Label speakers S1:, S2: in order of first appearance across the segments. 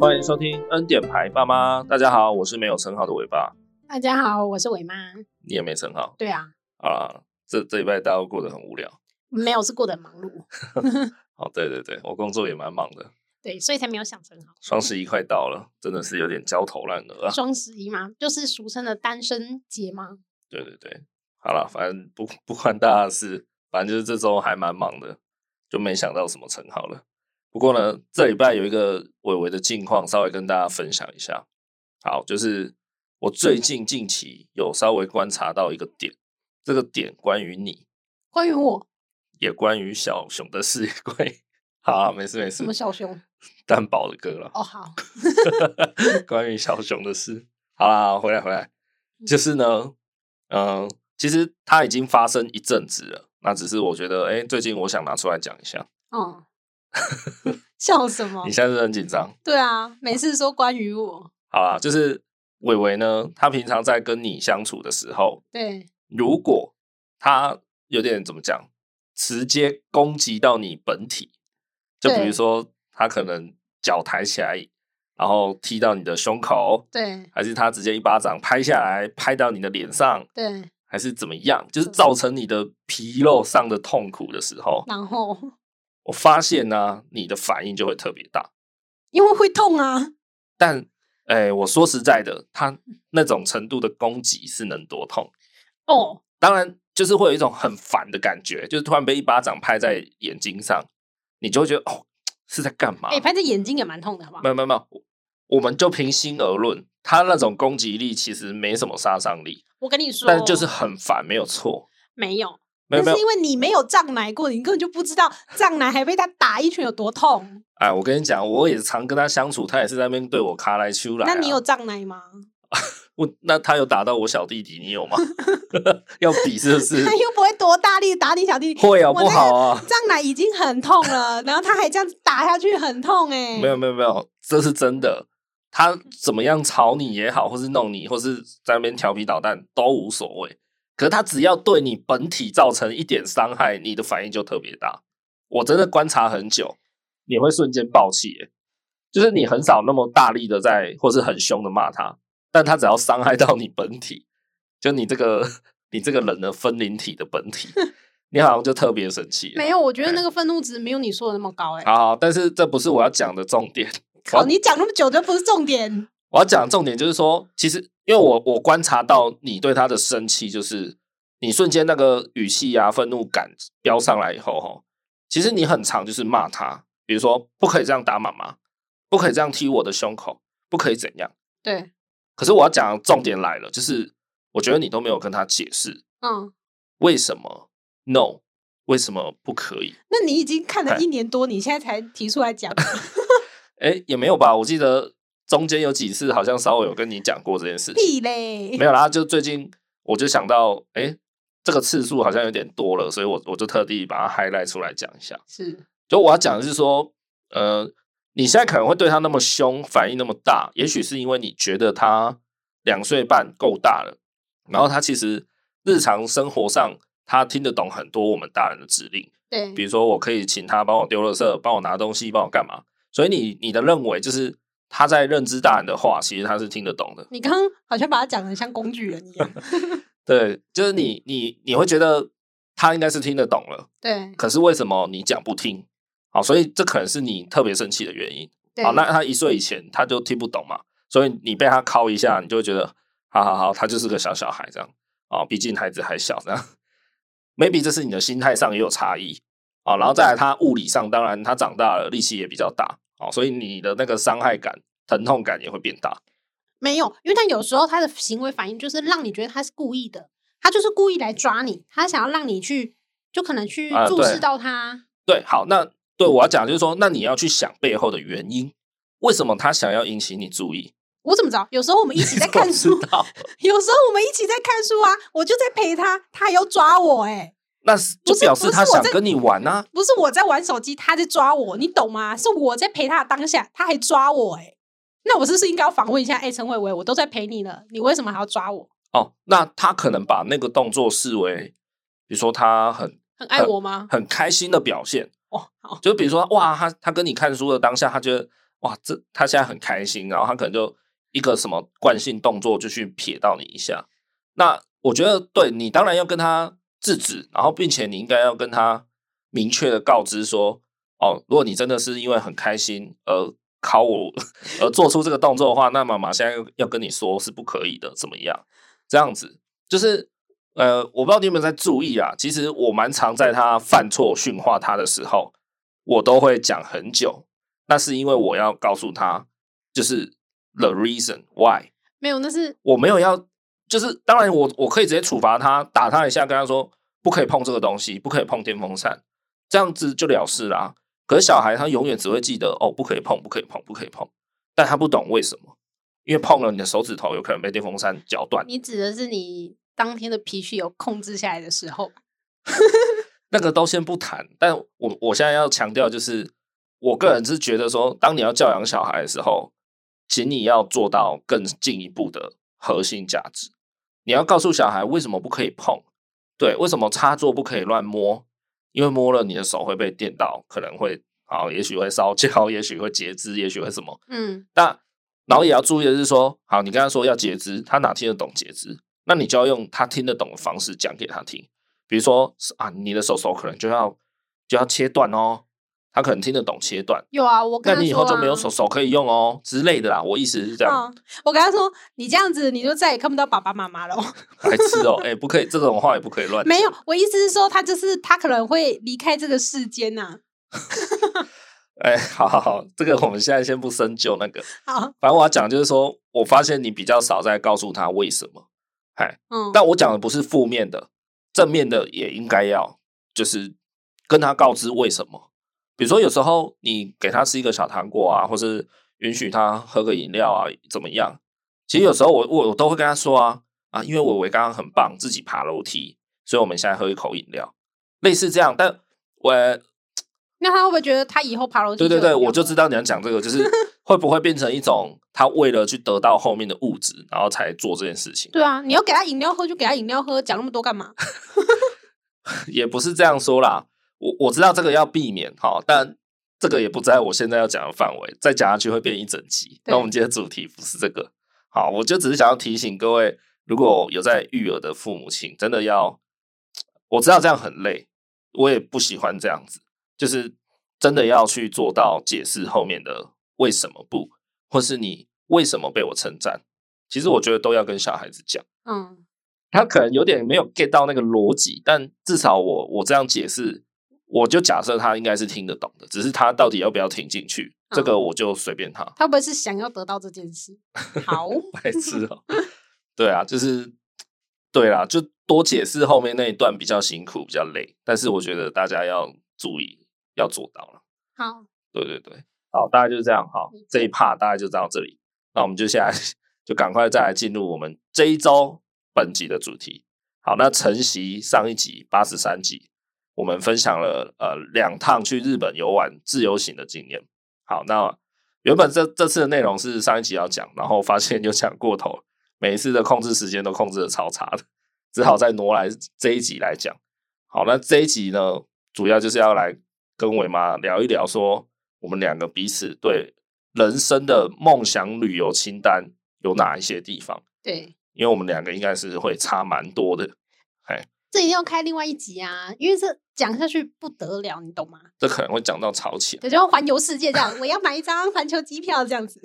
S1: 欢迎收听《恩典牌爸妈》，大家好，我是没有称号的尾巴，
S2: 大家好，我是伟妈。
S1: 你也没称号
S2: 对啊，
S1: 啊。这这礼拜大家都过得很无聊。
S2: 没有是过得很忙碌，
S1: 哦，对对对，我工作也蛮忙的，
S2: 对，所以才没有想成好。
S1: 双十一快到了，真的是有点焦头烂额啊。
S2: 双十一嘛，就是俗称的单身节吗？
S1: 对对对，好了，反正不不关大家的事，反正就是这周还蛮忙的，就没想到什么称号了。不过呢，这礼拜有一个伟伟的近况，稍微跟大家分享一下。好，就是我最近近期有稍微观察到一个点，这个点关于你，
S2: 关于我，
S1: 也关于小熊的事业 规。好、啊，没事没
S2: 什
S1: 事
S2: 么，小熊？
S1: 蛋堡的歌了。
S2: 哦，好，
S1: 关于小熊的事。好啦，回来回来，就是呢，嗯、其实它已经发生一阵子了，那只是我觉得，哎、最近我想拿出来讲一下。
S2: 嗯，笑什么
S1: 你？现在是不是很紧张？
S2: 对啊，每次说关于我，
S1: 好啦，就是伟伟呢，他平常在跟你相处的时候，
S2: 对，
S1: 如果他有点怎么讲，直接攻击到你本体，就比如
S2: 对
S1: 说他可能脚抬起来，然后踢到你的胸口，
S2: 对，
S1: 还是他直接一巴掌拍下来，拍到你的脸上，
S2: 对，
S1: 还是怎么样，就是造成你的皮肉上的痛苦的时候，
S2: 然后
S1: 我发现呢、你的反应就会特别大。
S2: 因为会痛啊，
S1: 但，哎、我说实在的，他那种程度的攻击是能多痛？
S2: 哦，
S1: 当然，就是会有一种很烦的感觉，就是突然被一巴掌拍
S2: 嗯
S1: 在眼睛上，你就会觉得哦，是在干嘛？
S2: 哎，拍着眼睛也蛮痛的，好不好
S1: 没？有没有没有，我我们就平心而论，他那种攻击力其实没什么杀伤力，
S2: 我跟你说，
S1: 但就是很烦，没有错。
S2: 没有，
S1: 没
S2: 那
S1: 有没有
S2: 是因，为你没有胀奶过，你根本就不知道胀奶还被他打一拳有多痛。
S1: 哎，我跟你讲，我也常跟他相处，他也是在那边对我卡来丘来、啊。
S2: 那你有胀奶吗？
S1: 我？那他有打到我小弟弟，你有 吗？要比是不是？
S2: 他 又不会多大力打你小弟弟，
S1: 会啊，
S2: 我那
S1: 不
S2: 个
S1: 好啊。
S2: 胀奶已经很痛了， 然后他还这样子打下去，很痛哎、
S1: 没有，没有没有，这是真的。他怎么样吵你也好，或是弄你，或是在那边调皮捣蛋都无所谓。可是他只要对你本体造成一点伤害，你的反应就特别大。我真的观察很久，你会瞬间爆气、欸，就是你很少那么大力的在，或是很凶的骂他，但他只要伤害到你本体，就你这个你这个人的分灵体的本体，你好像就特别生气欸、
S2: 没有，我觉得那个愤怒值没有你说的那么高哎、
S1: 好好，但是这不是我要讲的重点。
S2: 靠，哦你讲那么久，这不是重点。
S1: 我要讲的重点就是说，其实因为我我观察到你对他的生气，就是你瞬间那个语气啊、愤怒感飙上来以后，哈，其实你很常就是骂他，比如说不可以这样打妈妈，不可以这样踢我的胸口，不可以怎样。
S2: 对，
S1: 可是我要讲的重点来了，就是我觉得你都没有跟他解释
S2: 嗯，
S1: 为什么 no，为什么不可以。
S2: 那你已经看
S1: 哎
S2: 了一年多，你现在才提出来讲，
S1: 哎，也没有吧？我记得中间有几次好像稍微有跟你讲过这件事情。
S2: 屁嘞！
S1: 没有啦，就最近我就想到，哎、这个次数好像有点多了，所以我我就特地把它 highlight 出来讲一下。
S2: 是，
S1: 就我要讲的是说，呃，你现在可能会对他那么凶，反应那么大，也许是因为你觉得他两岁半够大了，然后他其实日常生活上他听得懂很多我们大人的指令，
S2: 对
S1: 比，如说我可以请他帮我丢垃圾，帮我拿东西，帮我干嘛。所以你你的认为就是他在认知大人的话，其实他是听得懂的。
S2: 你刚刚好像把它讲的像工具人一样。
S1: 对，就是你你你会觉得他应该是听得懂了，
S2: 对，
S1: 可是为什么你讲不听？好，所以这可能是你特别生气的原因。
S2: 对，
S1: 好，那他一岁以前他就听不懂嘛，所以你被他敲一下，你就会觉得好好好，他就是个小小孩这样啊、哦，毕竟孩子还小这样。Maybe 这是你的心态上也有差异啊、哦，然后再来他物理上，当然他长大了，力气也比较大哦，所以你的那个伤害感、疼痛感也会变大。
S2: 没有，因为他有时候他的行为反应就是让你觉得他是故意的，他就是故意来抓你，他想要让你去，就可能去
S1: 啊
S2: 注
S1: 对
S2: 视到他。
S1: 对，好，那对我要讲就是说，那你要去想背后的原因，为什么他想要引起你注意？
S2: 我怎么知道？有时候我们一起在看
S1: 知
S2: 书，
S1: 道，
S2: 有时候我们一起在看书啊，我就在陪他，他又抓我、哎，
S1: 那是就
S2: 不是
S1: 表
S2: 不
S1: 示
S2: 是
S1: 他
S2: 我
S1: 想
S2: 在
S1: 跟你玩啊。
S2: 不是我在玩手机，他在抓我，你懂吗？是我在陪他的当下，他还抓我、哎，那我是不是应该要访问一下？哎、陈伟伟，我都在陪你了，你为什么还要抓我？
S1: 哦，那他可能把那个动作视为，比如说他很
S2: 很爱我吗？
S1: 很开心的表现，
S2: 哦，好，
S1: 就比如说哇，他他跟你看书的当下，他觉得哇，这他现在很开心，然后他可能就一个什么惯性动作就去撇到你一下。那我觉得对你当然要跟他制止，然后并且你应该要跟他明确的告知说，哦，如果你真的是因为很开心而考我而做出这个动作的话，那妈妈现在要要跟你说是不可以的，怎么样？这样子就是。呃，我不知道你有没有在注意啊。其实我蛮常在他犯错训话他的时候，我都会讲很久，那是因为我要告诉他，就是 the reason why
S2: 没有，那是
S1: 我没有要，就是当然我我可以直接处罚他，打他一下，跟他说不可以碰这个东西，不可以碰电风扇，这样子就了事啦。可是小孩他永远只会记得哦，不可以碰，不可以碰，不可以碰，但他不懂为什么，因为碰了你的手指头有可能被电风扇绞断，
S2: 你指的是你当天的脾气有控制下来的时候吧。
S1: 那个都先不谈。但我我现在要强调就是，我个人是觉得说，当你要教养小孩的时候，请你要做到更进一步的核心价值。你要告诉小孩为什么不可以碰，对，为什么插座不可以乱摸，因为摸了你的手会被电到，可能会啊，也许会烧焦， 也许会截肢，也许会什么。
S2: 嗯，
S1: 那然后也要注意的是说，好，你跟他说要截肢，他哪听得懂截肢？那你就要用他听得懂的方式讲给他听，比如说啊，你的手手可能就要就要切断哦，他可能听得懂切断，
S2: 有啊，我跟
S1: 那
S2: 他
S1: 你以后
S2: 说
S1: 就没有
S2: 啊
S1: 手手啊可以用哦之类的啦。我意思是这样，
S2: 嗯，我跟他说，你这样子你就再也看不到爸爸妈妈了。
S1: 白痴 哦，哎，不可以这种话也不可以乱讲。
S2: 没有，我意思是说，他就是他可能会离开这个世间呐、
S1: 哎，好好好，这个我们现在先不深究那个，
S2: 好，
S1: 反正我要讲就是说，我发现你比较少在告诉他为什么，哎，
S2: 嗯，
S1: 但我讲的不是负面的，正面的也应该要，就是跟他告知为什么。比如说，有时候你给他吃一个小糖果啊，或是允许他喝个饮料啊，怎么样？其实有时候我我我都会跟他说啊啊，因为伟伟刚刚很棒，自己爬楼梯，所以我们现在喝一口饮料，类似这样。但我
S2: 那他会不会觉得他以后爬楼梯？
S1: 对对对，我就知。道你要讲这个，就是会不会变成一种他为了去得到后面的物质，然后才做这件事情。
S2: 对啊，你要给他饮料喝就给他饮料喝，讲那么多干嘛？
S1: 也不是这样说啦，我我知道这个要避免哈，但这个也不在我现在要讲的范围，再讲下去会变一整集。
S2: 对
S1: 那我们今天的主题不是这个，好，我就只是想要提醒各位，如果有在育儿的父母亲，真的要，我知道这样很累，我也不喜欢这样子，就是真的要去做到解释后面的为什么不，或是你为什么被我称赞，其实我觉得都要跟小孩子讲。
S2: 嗯，
S1: 他可能有点没有 get 到那个逻辑，但至少我我这样解释，我就假设他应该是听得懂的，只是他到底要不要听进去，
S2: 嗯，
S1: 这个我就随便他
S2: 他会不会是想要得到这件事？ 好，
S1: 白痴哦、对啊，就是对啦，就多解释后面那一段比较辛苦，比较累，但是我觉得大家要注意，要做到了。
S2: 好，
S1: 对对对，好，大概就是这样，好，这一 part 大概就到这里，那我们就下来 就赶快再来进入我们这一周本集的主题。好，那承袭上一集八十三集，我们分享了呃两趟去日本游玩自由行的经验。好，那原本这这次的内容是上一集要讲，然后发现又讲过头了，每一次的控制时间都控制的超差的，只好再挪来这一集来讲。好，那这一集呢，主要就是要来跟伟妈聊一聊说我们两个彼此对人生的梦想旅游清单有哪一些地方，
S2: 对，
S1: 因为我们两个应该是会差蛮多的，
S2: 这一定要开另外一集啊，因为这讲下去不得了，你懂吗？
S1: 这可能会讲到吵起来。
S2: 对，就像环游世界这样，我要买一张环球机票这样 子。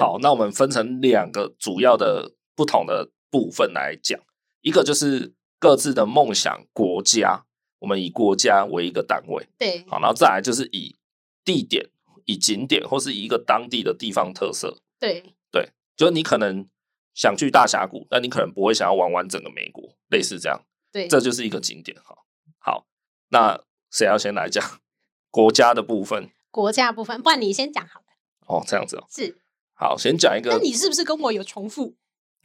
S1: 好，那我们分成两个主要的不同的部分来讲，一个就是各自的梦想国家，我们以国家为一个单位，
S2: 对，
S1: 好，然后再来就是以地点、以景点或是以一个当地的地方特色，
S2: 对，
S1: 就是你可能想去大峡谷，但你可能不会想要玩完整个美国，类似这样，
S2: 对，
S1: 这就是一个景点。好，好，那谁要先来讲国家的部分？
S2: 国家部分，不然你先讲好了。
S1: 哦，这样子哦。
S2: 是，
S1: 好，先讲一
S2: 那
S1: 个，
S2: 你是不是跟我有重复？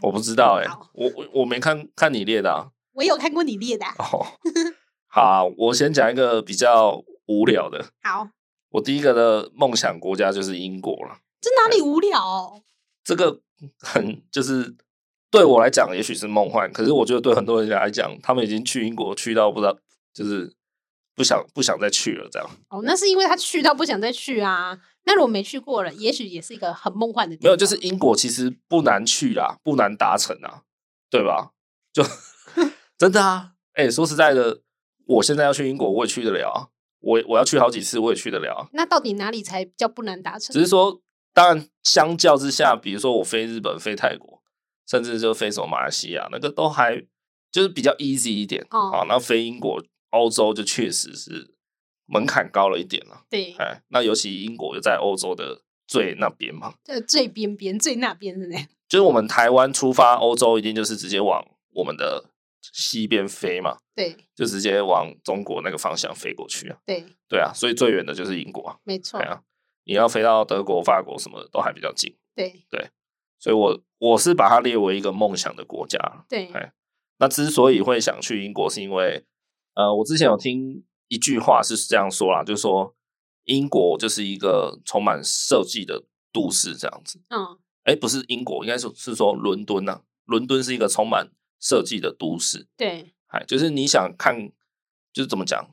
S1: 我不知道哎、
S2: 好
S1: 我我我没看看你列的啊。
S2: 我有看过你列的啊、
S1: 哦， 好啊、我先讲一个比较无聊的。
S2: 好，
S1: 我第一个的梦想国家就是英国了，
S2: 这哪里无聊、哦？
S1: 这个很就是对我来讲也许是梦幻，可是我觉得对很多人来讲，他们已经去英国去到不知道，就是不想不想再去了，这样
S2: 哦，那是因为他去到不想再去啊。那如果没去过了，也许也是一个很梦幻的地方。
S1: 没有，就是英国其实不难去啦，不难达成啊，对吧？就真的啊，哎、说实在的，我现在要去英国，我也去得了啊，我我要去好几次，我也去得了啊。
S2: 那到底哪里才比较不难达成
S1: 只？是说，当然相较之下，比如说我飞日本、飞泰国，甚至就飞什么马来西亚，那个都还就是比较 easy 一点。
S2: 哦
S1: 好，那飞英国、欧洲就确实是门槛高了一点了。
S2: 对，
S1: 哎，那尤其英国就在欧洲的最那边嘛，
S2: 这最边边最那边的呢？
S1: 就是我们台湾出发欧洲，一定就是直接往我们的西边飞嘛，
S2: 对
S1: 就直接往中国那个方向飞过去啊。
S2: 对，
S1: 对啊，所以最远的就是英国啊。
S2: 没错
S1: 对，啊，你要飞到德国、法国什么的都还比较近。
S2: 对
S1: 所以我我是把它列为一个梦想的国家。
S2: 对
S1: 哎那之所以会想去英国，是因为呃，我之前有听一句话是这样说啦，就是说英国就是一个充满设计的都市这样子。
S2: 嗯，
S1: 哎，不是英国，应该说是说伦敦呐、伦敦是一个充满设计的都市。
S2: 对
S1: 哎，就是你想看，就是怎么讲，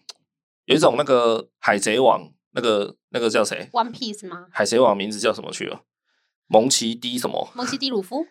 S1: 有一种那个海贼王，那个那个叫谁？
S2: ，One Piece 吗？
S1: 海贼王名字叫什么去了？蒙奇 D 什么？
S2: 蒙奇迪鲁夫，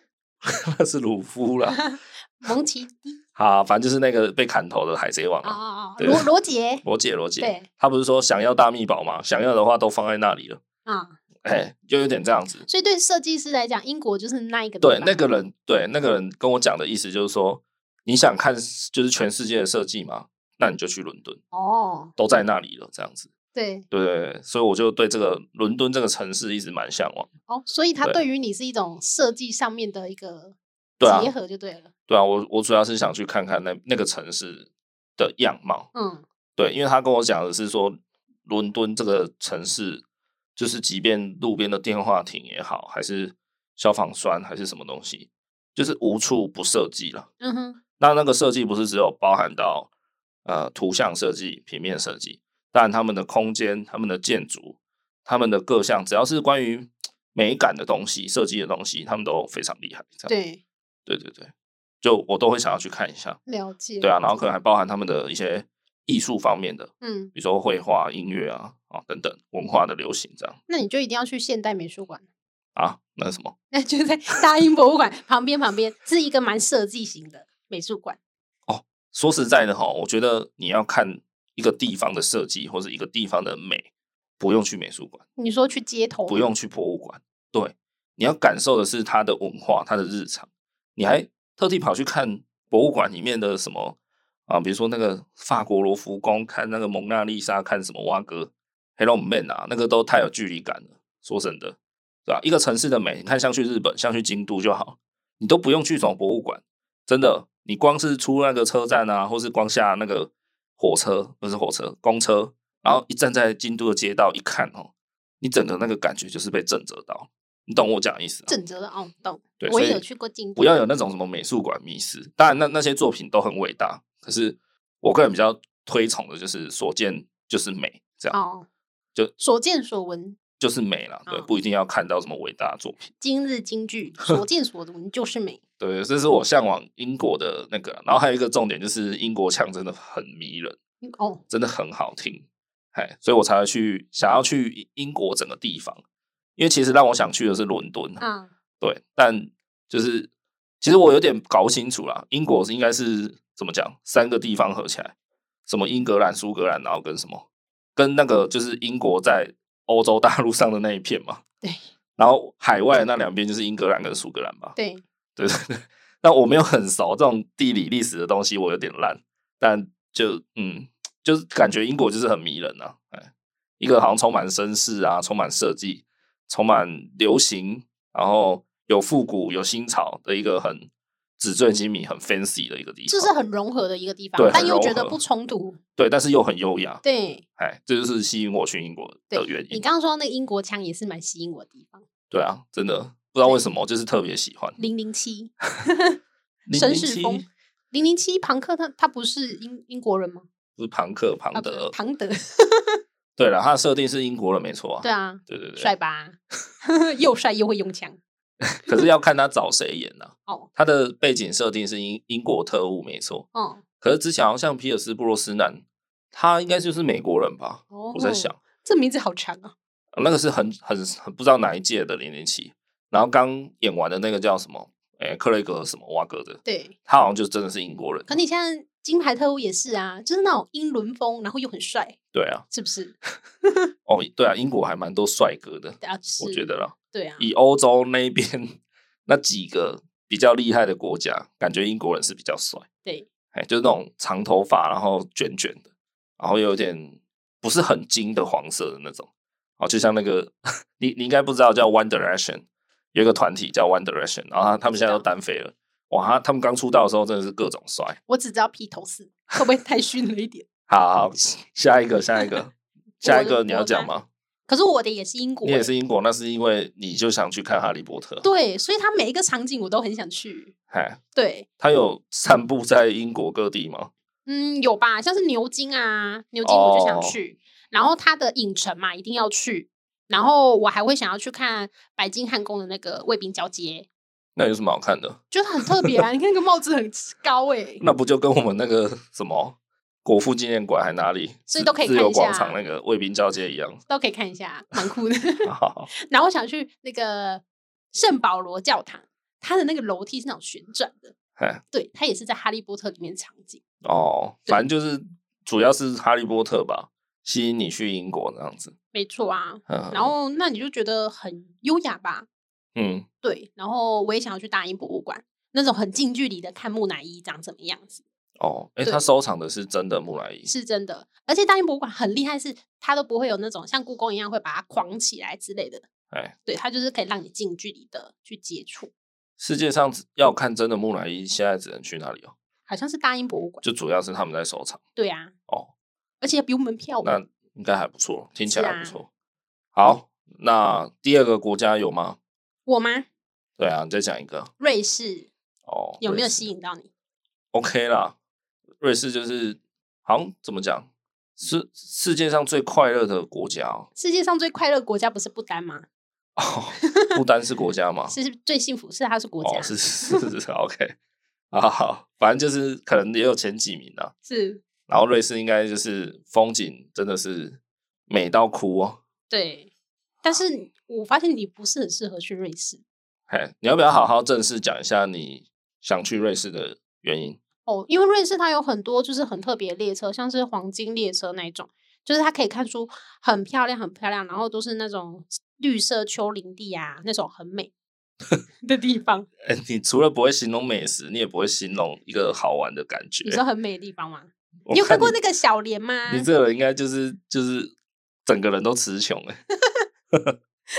S1: 那是鲁夫啦。
S2: 蒙奇迪
S1: 好，反正就是那个被砍头的海贼王
S2: 啊
S1: 啊，
S2: 啊啊，
S1: 对
S2: 罗罗杰
S1: 罗杰罗杰
S2: 对，
S1: 他不是说想要大密宝嘛？想要的话都放在那里了，
S2: 啊，
S1: 哎，就有点这样子。
S2: 所以对设计师来讲，英国就是那一个地
S1: 对，
S2: 方
S1: 那个人，对那个人跟我讲的意思就是说，你想看就是全世界的设计嘛，那你就去伦敦，
S2: 哦，
S1: 都在那里了，这样子。
S2: 对
S1: 对对对，所以我就对这个伦敦这个城市一直蛮向往。
S2: 哦，所以它
S1: 对
S2: 对于你是一种设计上面的一个
S1: 对啊
S2: 结合就对了，
S1: 对啊，我我主要是想去看看那那个城市的样貌。
S2: 嗯，
S1: 对，因为他跟我讲的是说，伦敦这个城市，就是即便路边的电话亭也好，还是消防栓，还是什么东西，就是无处不设计了。
S2: 嗯哼，
S1: 那那个设计不是只有包含到呃图像设计、平面设计，当然他们的空间、他们的建筑、他们的各项，只要是关于美感的东西、设计的东西，他们都非常厉害。这样
S2: 对，
S1: 对啊对对，就我都会想要去看一下。
S2: 了解，
S1: 对啊，然后可能还包含他们的一些艺术方面的。
S2: 嗯，
S1: 比如说绘画、音乐啊啊等等文化的流行这样
S2: 那你就一定要去现代美术馆。
S1: 啊，那是什么
S2: 那 就在大英博物馆旁边，旁边是一个蛮设计型的美术馆。
S1: 说实在的哈，我觉得你要看一个地方的设计或是一个地方的美，不用去美术馆，
S2: 你说去街头吗，
S1: 不用去博物馆，对，你要感受的是它的文化、它的日常，你还特地跑去看博物馆里面的什么啊，比如说那个法国罗浮宫，看那个蒙娜丽莎，看什么蛙哥、Hello Man 啊，那个都太有距离感了，说真的。对吧、一个城市的美，你看像去日本，像去京都就好，你都不用去什么博物馆，真的，你光是出那个车站啊，或是光下那个火车，不是火车，公车，然后一站在京都的街道一看哦，你整个那个感觉就是被震折到，你懂我讲的意思、啊？
S2: 正则的哦，懂。
S1: 对，
S2: 我
S1: 所以
S2: 也有去过京都，
S1: 不要有那种什么美术馆迷失。当然那，那些作品都很伟大，可是我个人比较推崇的就是所见就是美，这样、
S2: 哦，
S1: 就
S2: 所见所闻，
S1: 就是美啦。对，
S2: 哦
S1: 不一定要看到什么伟大的作品。
S2: 今日京剧， 所见所闻就是美。
S1: 对，这是我向往英国的那个。啊然后还有一个重点就是英国腔真的很迷人，
S2: 哦，
S1: 真的很好听，哎，所以我才会去想要去英英国整个地方，因为其实让我想去的是伦敦，
S2: 啊，
S1: 对，但就是其实我有点搞不清楚啦，英国是应该是怎么讲，三个地方合起来，什么英格兰、苏格兰，然后跟什么，跟那个就是英国在欧洲大陆上的那一片嘛，
S2: 对，
S1: 然后海外的那两边就是英格兰跟苏格兰嘛，
S2: 对，
S1: 对 对对。那我没有很熟这种地理历史的东西，我有点烂，但就嗯，就是感觉英国就是很迷人啊，哎，一个好像充满绅士啊，充满设计，充满流行，然后有复古有新潮的一个很纸醉金迷、很 fancy 的一个地方，
S2: 就是很融合的一个地方
S1: 对，
S2: 但
S1: 很
S2: 又
S1: 融
S2: 觉得
S1: 合
S2: 不冲突。
S1: 对，但是又很优雅，
S2: 对，
S1: 哎，这就是吸引我去英国的原
S2: 对，你
S1: 因。
S2: 刚刚说到那个英国腔也是蛮吸引我的地方。
S1: 对啊，真的不知道为什么，就是特别喜欢
S2: 零 零七，绅士
S1: 007
S2: 风。零零七，庞克他他不是英英国人吗？
S1: 不是庞克、庞
S2: 啊不
S1: 德，
S2: 庞德，
S1: 对了，他的设定是英国人没错啊，
S2: 对啊，
S1: 对对对，
S2: 帅吧？又帅又会用枪。
S1: 可是要看他找谁演呐、
S2: 哦
S1: 他的背景设定是英英国特务没错，
S2: 哦，
S1: 可是之前好像皮尔斯布洛斯南他应该就是美国人吧？
S2: 哦
S1: 我在想，
S2: 这名字好长啊，
S1: 呃那个是很很很不知道哪一届的零零七，然后刚演完的那个叫什么？哎、克雷格什么瓦格的，
S2: 对。
S1: 他好像就真的是英国人。
S2: 可你像金牌特务也是啊，就是那种英伦风，然后又很帅，
S1: 对啊，
S2: 是不是？
S1: 哦，对啊，英国还蛮多帅哥的，
S2: 啊，是
S1: 我觉得啦，
S2: 对啊，
S1: 以欧洲那边那几个比较厉害的国家，感觉英国人是比较帅。
S2: 对，
S1: 哎，就是那种长头发，然后卷卷的，然后又有点不是很金的黄色的那种。哦，就像那个你你应该不知道叫 One Direction，有一个团体叫 One Direction，然后他他们现在都单飞了。哇，他他们刚出道的时候真的是各种帅。
S2: 我只知道披头士，会不会太逊了一点？
S1: 好，下一个，下一个，下一
S2: 我
S1: 个
S2: 的
S1: 你要
S2: 我
S1: 讲
S2: 吗
S1: 吗？
S2: 可是我的也是英国
S1: 你
S2: 欸，
S1: 也是英国，那是因为你就想去看《哈利波特》。
S2: 对，所以他每一个场景我都很想去。
S1: 哎，
S2: 对，
S1: 他有散布在英国各地吗？
S2: 嗯，有吧？像是牛津啊，牛津我就想
S1: 哦
S2: 去，然后它的影城嘛一定要去，然后我还会想要去看白金汉宫的那个卫兵交接，
S1: 那有什么好看的？
S2: 觉得很特 别啊！你看那个帽子很高欸诶、
S1: 那不就跟我们那个什么国父纪念馆还哪里，
S2: 所以
S1: 自
S2: 都可以
S1: 自
S2: 看
S1: 由
S2: 一下啊
S1: 广场那个卫兵交接一 样。哦
S2: 都可以看一下，蛮酷 的。
S1: 好好
S2: 然后我想去那个圣保罗教堂，它的那个楼梯是那种旋转的，
S1: 嘿
S2: 对，它也是在《哈利波特》里面的场景。
S1: 哦，反正就是主要是哈利波特吧，吸引你去英国这样子。
S2: 没错啊，
S1: 嗯，
S2: 然后那你就觉得很优雅吧？
S1: 嗯，
S2: 对，然后我也想要去大英博物馆，那种很近距离的看木乃伊长什么样子，
S1: 哦，哎、
S2: 对
S1: 他收藏的是真的木乃伊，
S2: 是真的。而且大英博物馆很厉害是，它都不会有那种像故宫一样会把它框起来之类的。
S1: 哎，
S2: 对，它就是可以让你近距离的去接触，
S1: 世界上只要看真的木乃伊，现在只能去那里哦，
S2: 好像是大英博物馆。
S1: 就主要是他们在收藏。
S2: 对啊，
S1: 哦，
S2: 而且比我们票
S1: 那应该还不错，听起
S2: 是
S1: 来还不
S2: 啊嗯
S1: 错。好，那第二个国家有吗？
S2: 我吗？
S1: 对啊，你再讲一个
S2: 瑞士
S1: 哦，
S2: 有没有
S1: 瑞士
S2: 吸引到你？
S1: OK 啦，瑞士就是好像怎么讲，是世界上最快乐的国家哦。
S2: 世界上最快乐国家不是不丹吗？
S1: 哦不单是国家嘛，
S2: 是最幸福，是它是国家，
S1: 哦，是是是是 OK 啊，好，反正就是可能也有前几名啦。
S2: 是
S1: 然后瑞士应该就是风景真的是美到哭哦。
S2: 对。但是我发现你不是很适合去瑞士
S1: 嘿，你要不要好好正式讲一下你想去瑞士的原因？
S2: 哦，因为瑞士它有很多就是很特别的列车，像是黄金列车那一种，就是它可以看出很漂亮、很漂亮，然后都是那种绿色丘陵地啊，那种很 美的地方。
S1: 哎、你除了不会形容美食，你也不会形容一个好玩的感觉。
S2: 你说很美的地方吗？
S1: 我
S2: 你有看过
S1: 你
S2: 那个小莲吗？
S1: 你这个人应该就是就是整个人都词穷哎，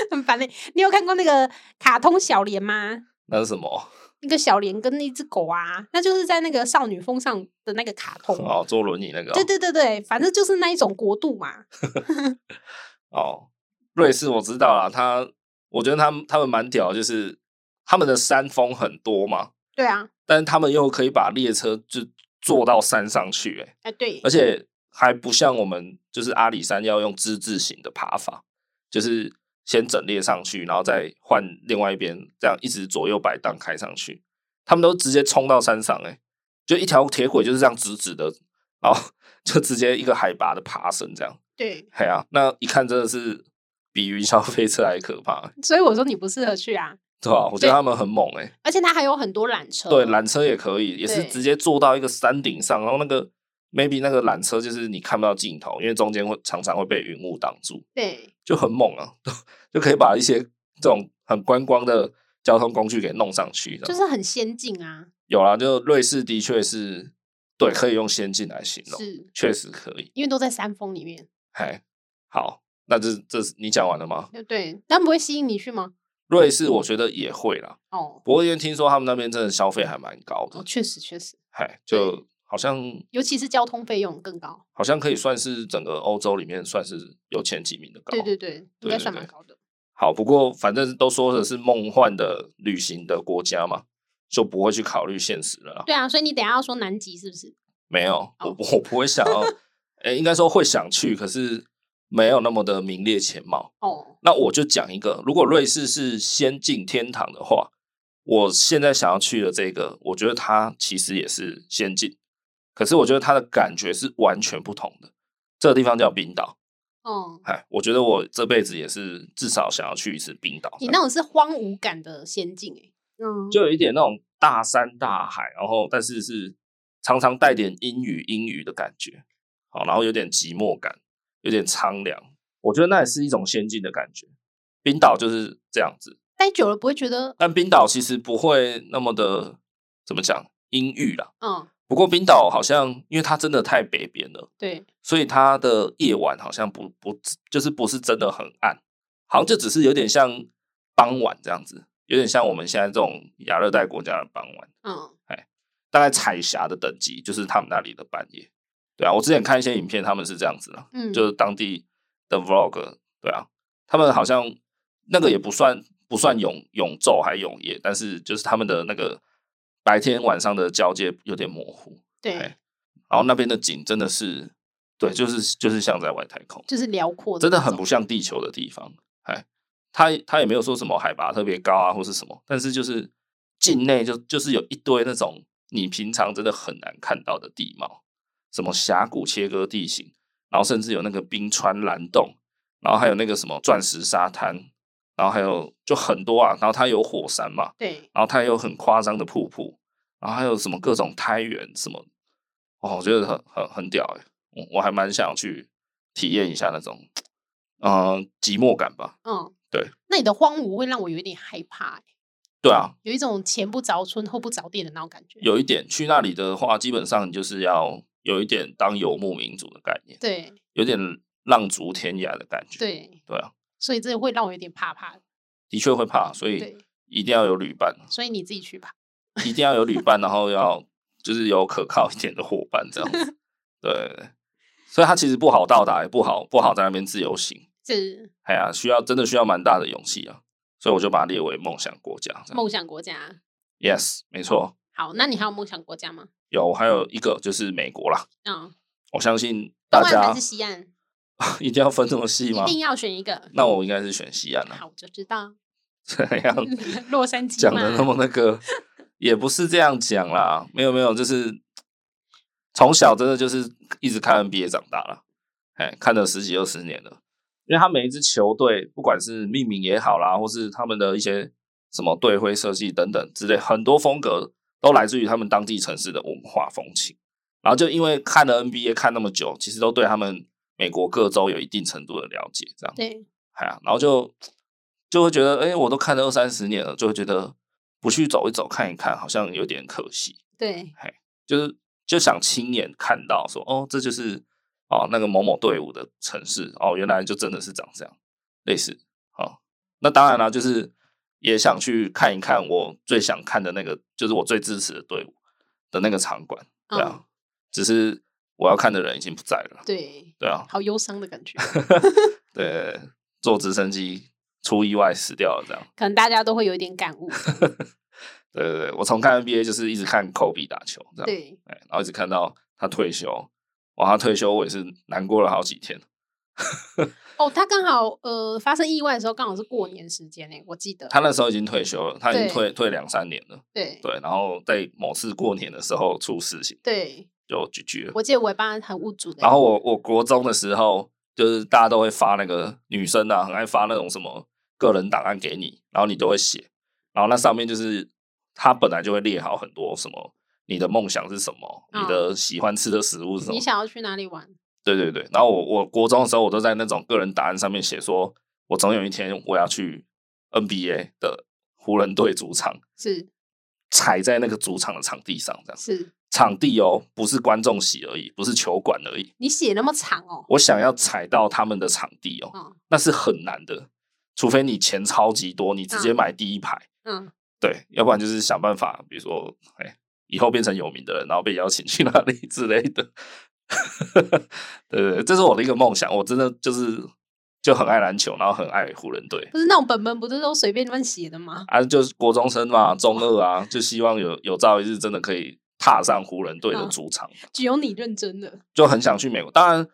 S2: 很烦嘞、你有看过那个卡通小莲吗？
S1: 那是什么？
S2: 那个小莲跟那只狗啊，那就是在那个少女风上的那个卡通。
S1: 哦，坐轮椅那个哦、
S2: 对对对对，反正就是那一种国度嘛。
S1: 哦，瑞士我知道啦，他我觉得他们他们蛮屌的，就是他们的山峰很多嘛，
S2: 对啊，
S1: 但是他们又可以把列车就坐到山上去哎，
S2: 哎对
S1: 而，且还不像我们就是阿里山要用之字形的爬法，就是先整列上去，然后再换另外一边，这样一直左右摆荡开上去。他们都直接冲到山上、欸，就一条铁轨就是这样直直的，然后 就直接一个海拔的爬升这样。
S2: 对，
S1: 嘿啊，那一看真的是比云霄飞车还可怕、欸
S2: 所以我说你不适合去啊。
S1: 对吧、我觉
S2: 对
S1: 得他们很猛哎、
S2: 而且它还有很多缆车，
S1: 对，缆车也可以，也是
S2: 嗯对
S1: 直接坐到一个山顶上，然后那个 maybe 那个缆车就是你看不到尽头，因为中间会常常会被云雾挡住，
S2: 对
S1: 就很猛啊， 就可以把一些这种很观光的交通工具给弄上去的。
S2: 就是很先进啊，
S1: 有啦，就瑞士的确是对，可以用先进来形容，
S2: 是
S1: 确实可以。
S2: 因为都在山峰里面，
S1: 嗨，好，那这这是你讲完了吗？
S2: 对不对？但不会吸引你去吗？
S1: 瑞士
S2: 嗯
S1: 我觉得也会啦，
S2: 哦，
S1: 不过因为听说他们那边真的消费还蛮高
S2: 哦，
S1: 的，
S2: 确实确实，
S1: 嗨，就好像
S2: 尤其是交通费用更高，
S1: 好像可以算是整个欧洲里面算是有前几名的高。
S2: 对对对，应该
S1: 对
S2: 算
S1: 对
S2: 蛮
S1: 对
S2: 高的。
S1: 好，不过反正都说的是梦幻的旅行的国家嘛，就不会去考虑现实了啦。
S2: 对啊，所以你等一下要说南极是不是？
S1: 没有，我
S2: 哦
S1: 不我不会想要，呃、应该说会想去，可是没有那么的名列前茅。
S2: 哦，
S1: 那我就讲一个，如果瑞士是先进天堂的话，我现在想要去的这个，我觉得它其实也是先进，可是我觉得它的感觉是完全不同的。这个地方叫冰岛。
S2: 嗯，
S1: 哎，我觉得我这辈子也是至少想要去一次冰岛。
S2: 你那种是荒芜感的仙境哎、嗯，
S1: 就有一点那种大山大海，然后但是是常常带点阴雨阴雨的感觉，好，然后有点寂寞感，有点苍凉。我觉得那也是一种仙境的感觉。冰岛就是这样子，
S2: 待久了不会觉得
S1: 但冰岛其实不会那么的怎么讲阴郁啦。
S2: 嗯，
S1: 不过冰岛好像因为它真的太北边了，
S2: 对，
S1: 所以它的夜晚好像不不就是不是真的很暗，好像就只是有点像傍晚这样子，有点像我们现在这种亚热带国家的傍晚。
S2: 嗯，
S1: 大概彩霞的等级，就是他们那里的半夜。对啊，我之前看一些影片，他们是这样子的，
S2: 嗯
S1: 就是当地的 vlog，对啊，他们好像那个也不算不算永永昼还永夜，但是就是他们的那个白天晚上的交界有点模糊，
S2: 对
S1: 哎，然后那边的景真的是，对，就是就是像在外太空，
S2: 就是辽阔，
S1: 真的很不，像地球的地方。哎，它它也没有说什么海拔特别高啊，或是什么，但是就是境内就就是有一堆那种你平常真的很难看到的地貌，什么峡谷切割地形，然后甚至有那个冰川蓝洞，然后还有那个什么钻石沙滩，然后还有就很多啊，然后它有火山嘛，
S2: 对，
S1: 然后它也有很夸张的瀑布，然后还有什么各种苔原什么，哦，我觉得很很很屌哎、我我还蛮想去体验一下那种，嗯、寂寞感吧。
S2: 嗯，
S1: 对。
S2: 那你的荒芜会让我有一点害怕、欸，
S1: 对啊，
S2: 有一种前不着村后不着店的那种感觉。
S1: 有一点去那里的话，基本上你就是要有一点当游牧民族的概念，
S2: 对
S1: 有点浪逐天涯的感觉。
S2: 对，
S1: 对啊，
S2: 所以这会让我有点怕怕的。
S1: 的确会怕，所以
S2: 对，
S1: 一定要有旅伴，
S2: 所以你自己去吧。
S1: 一定要有旅伴，然后要就是有可靠一点的伙伴这样 子。对，所以它其实不好到达，也不好不好在那边自由行。
S2: 是
S1: 哎呀，需要真的需要蛮大的勇气啊，所以我就把它列为梦想国家。这样
S2: 梦想国家。
S1: yes，没错，
S2: 好，那你还有梦想国家吗？
S1: 有还有一个就是美国啦，
S2: 嗯，
S1: 我相信大
S2: 东岸
S1: 家
S2: 还是西岸，
S1: 一定要分这么细
S2: 一
S1: 吗？
S2: 定要选一个。
S1: 那我应该是选西岸啦、
S2: 好，我就知 道
S1: 怎样
S2: 洛杉矶
S1: 讲
S2: 嘛
S1: 的那么那个，也不是这样讲啦，没有没有，就是从小真的就是一直看 NBA 长大了，哎，看了十几二十年了。因为他每一支球队，不管是命名也好啦，或是他们的一些什么队徽设计等等之类，很多风格都来自于他们当地城市的文化风情。然后就因为看了 NBA 看那么久，其实都对他们美国各州有一定程度的了解，这样。
S2: 对，
S1: 哎呀，然后就就会觉得，哎、我都看了二三十年了，就会觉得不去走一走看一看，好像有点可惜。
S2: 对，
S1: 就是就想亲眼看到说，哦，这就是哦那个某某队伍的城市，哦，原来就真的是长这样，类似。哦，那当然啦，就是也想去看一看我最想看的那个，就是我最支持的队伍的那个场馆，对啊。
S2: 嗯，
S1: 只是我要看的人已经不在了，
S2: 对，
S1: 对啊，
S2: 好忧伤的感觉。
S1: 对，坐直升机出意外死掉了这样。
S2: 可能大家都会有一点感悟。
S1: 对对对，我从看 NBA 就是一直看科比打球，这样，
S2: 对，
S1: 哎，然后一直看到他退休，哇，他退休我也是难过了好几天。
S2: 哦，他刚好呃发生意外的时候，刚好是过年时间诶、我记得。
S1: 他那时候已经退休了，他已经
S2: 对
S1: 退退两三年了，
S2: 对
S1: 对，然后在某次过年的时候出事情
S2: 对，
S1: 就 GG 了。
S2: 我记得我也帮他很无助的。
S1: 然后我我国中的时候，就是大家都会发那个女生啊，很爱发那种什么个人档案给你，然后你都会写，然后那上面就是他本来就会列好很多什么。你的梦想是什么？你
S2: 嗯
S1: 的喜欢吃的食物是什么？
S2: 你想要去哪里玩？
S1: 对对对，然后我我国中的时候，我都在那种个人答案上面写说，我总有一天我要去 NBA 的湖人队主场，
S2: 是
S1: 踩在那个主场的场地上，这样
S2: 是，
S1: 场地哦，不是观众席而已，不是球馆而已，
S2: 你写那么长哦。
S1: 我想要踩到他们的场地哦，
S2: 嗯
S1: 那是很难的，除非你钱超级多，你直接买第一排，
S2: 嗯，
S1: 对，要不然就是想办法，比如说，哎，以后变成有名的人，然后被邀请去哪里之类的。 对对，对这是我的一个梦想。我真的就是就很爱篮球，然后很爱湖人队
S2: 不是那种本本不是都随便乱写的吗？
S1: 啊，就是国中生嘛，中二啊，就希望有有朝一日真的可以踏上湖人队的
S2: 嗯
S1: 主场，
S2: 只有你认真的。
S1: 就很想去美国。当然，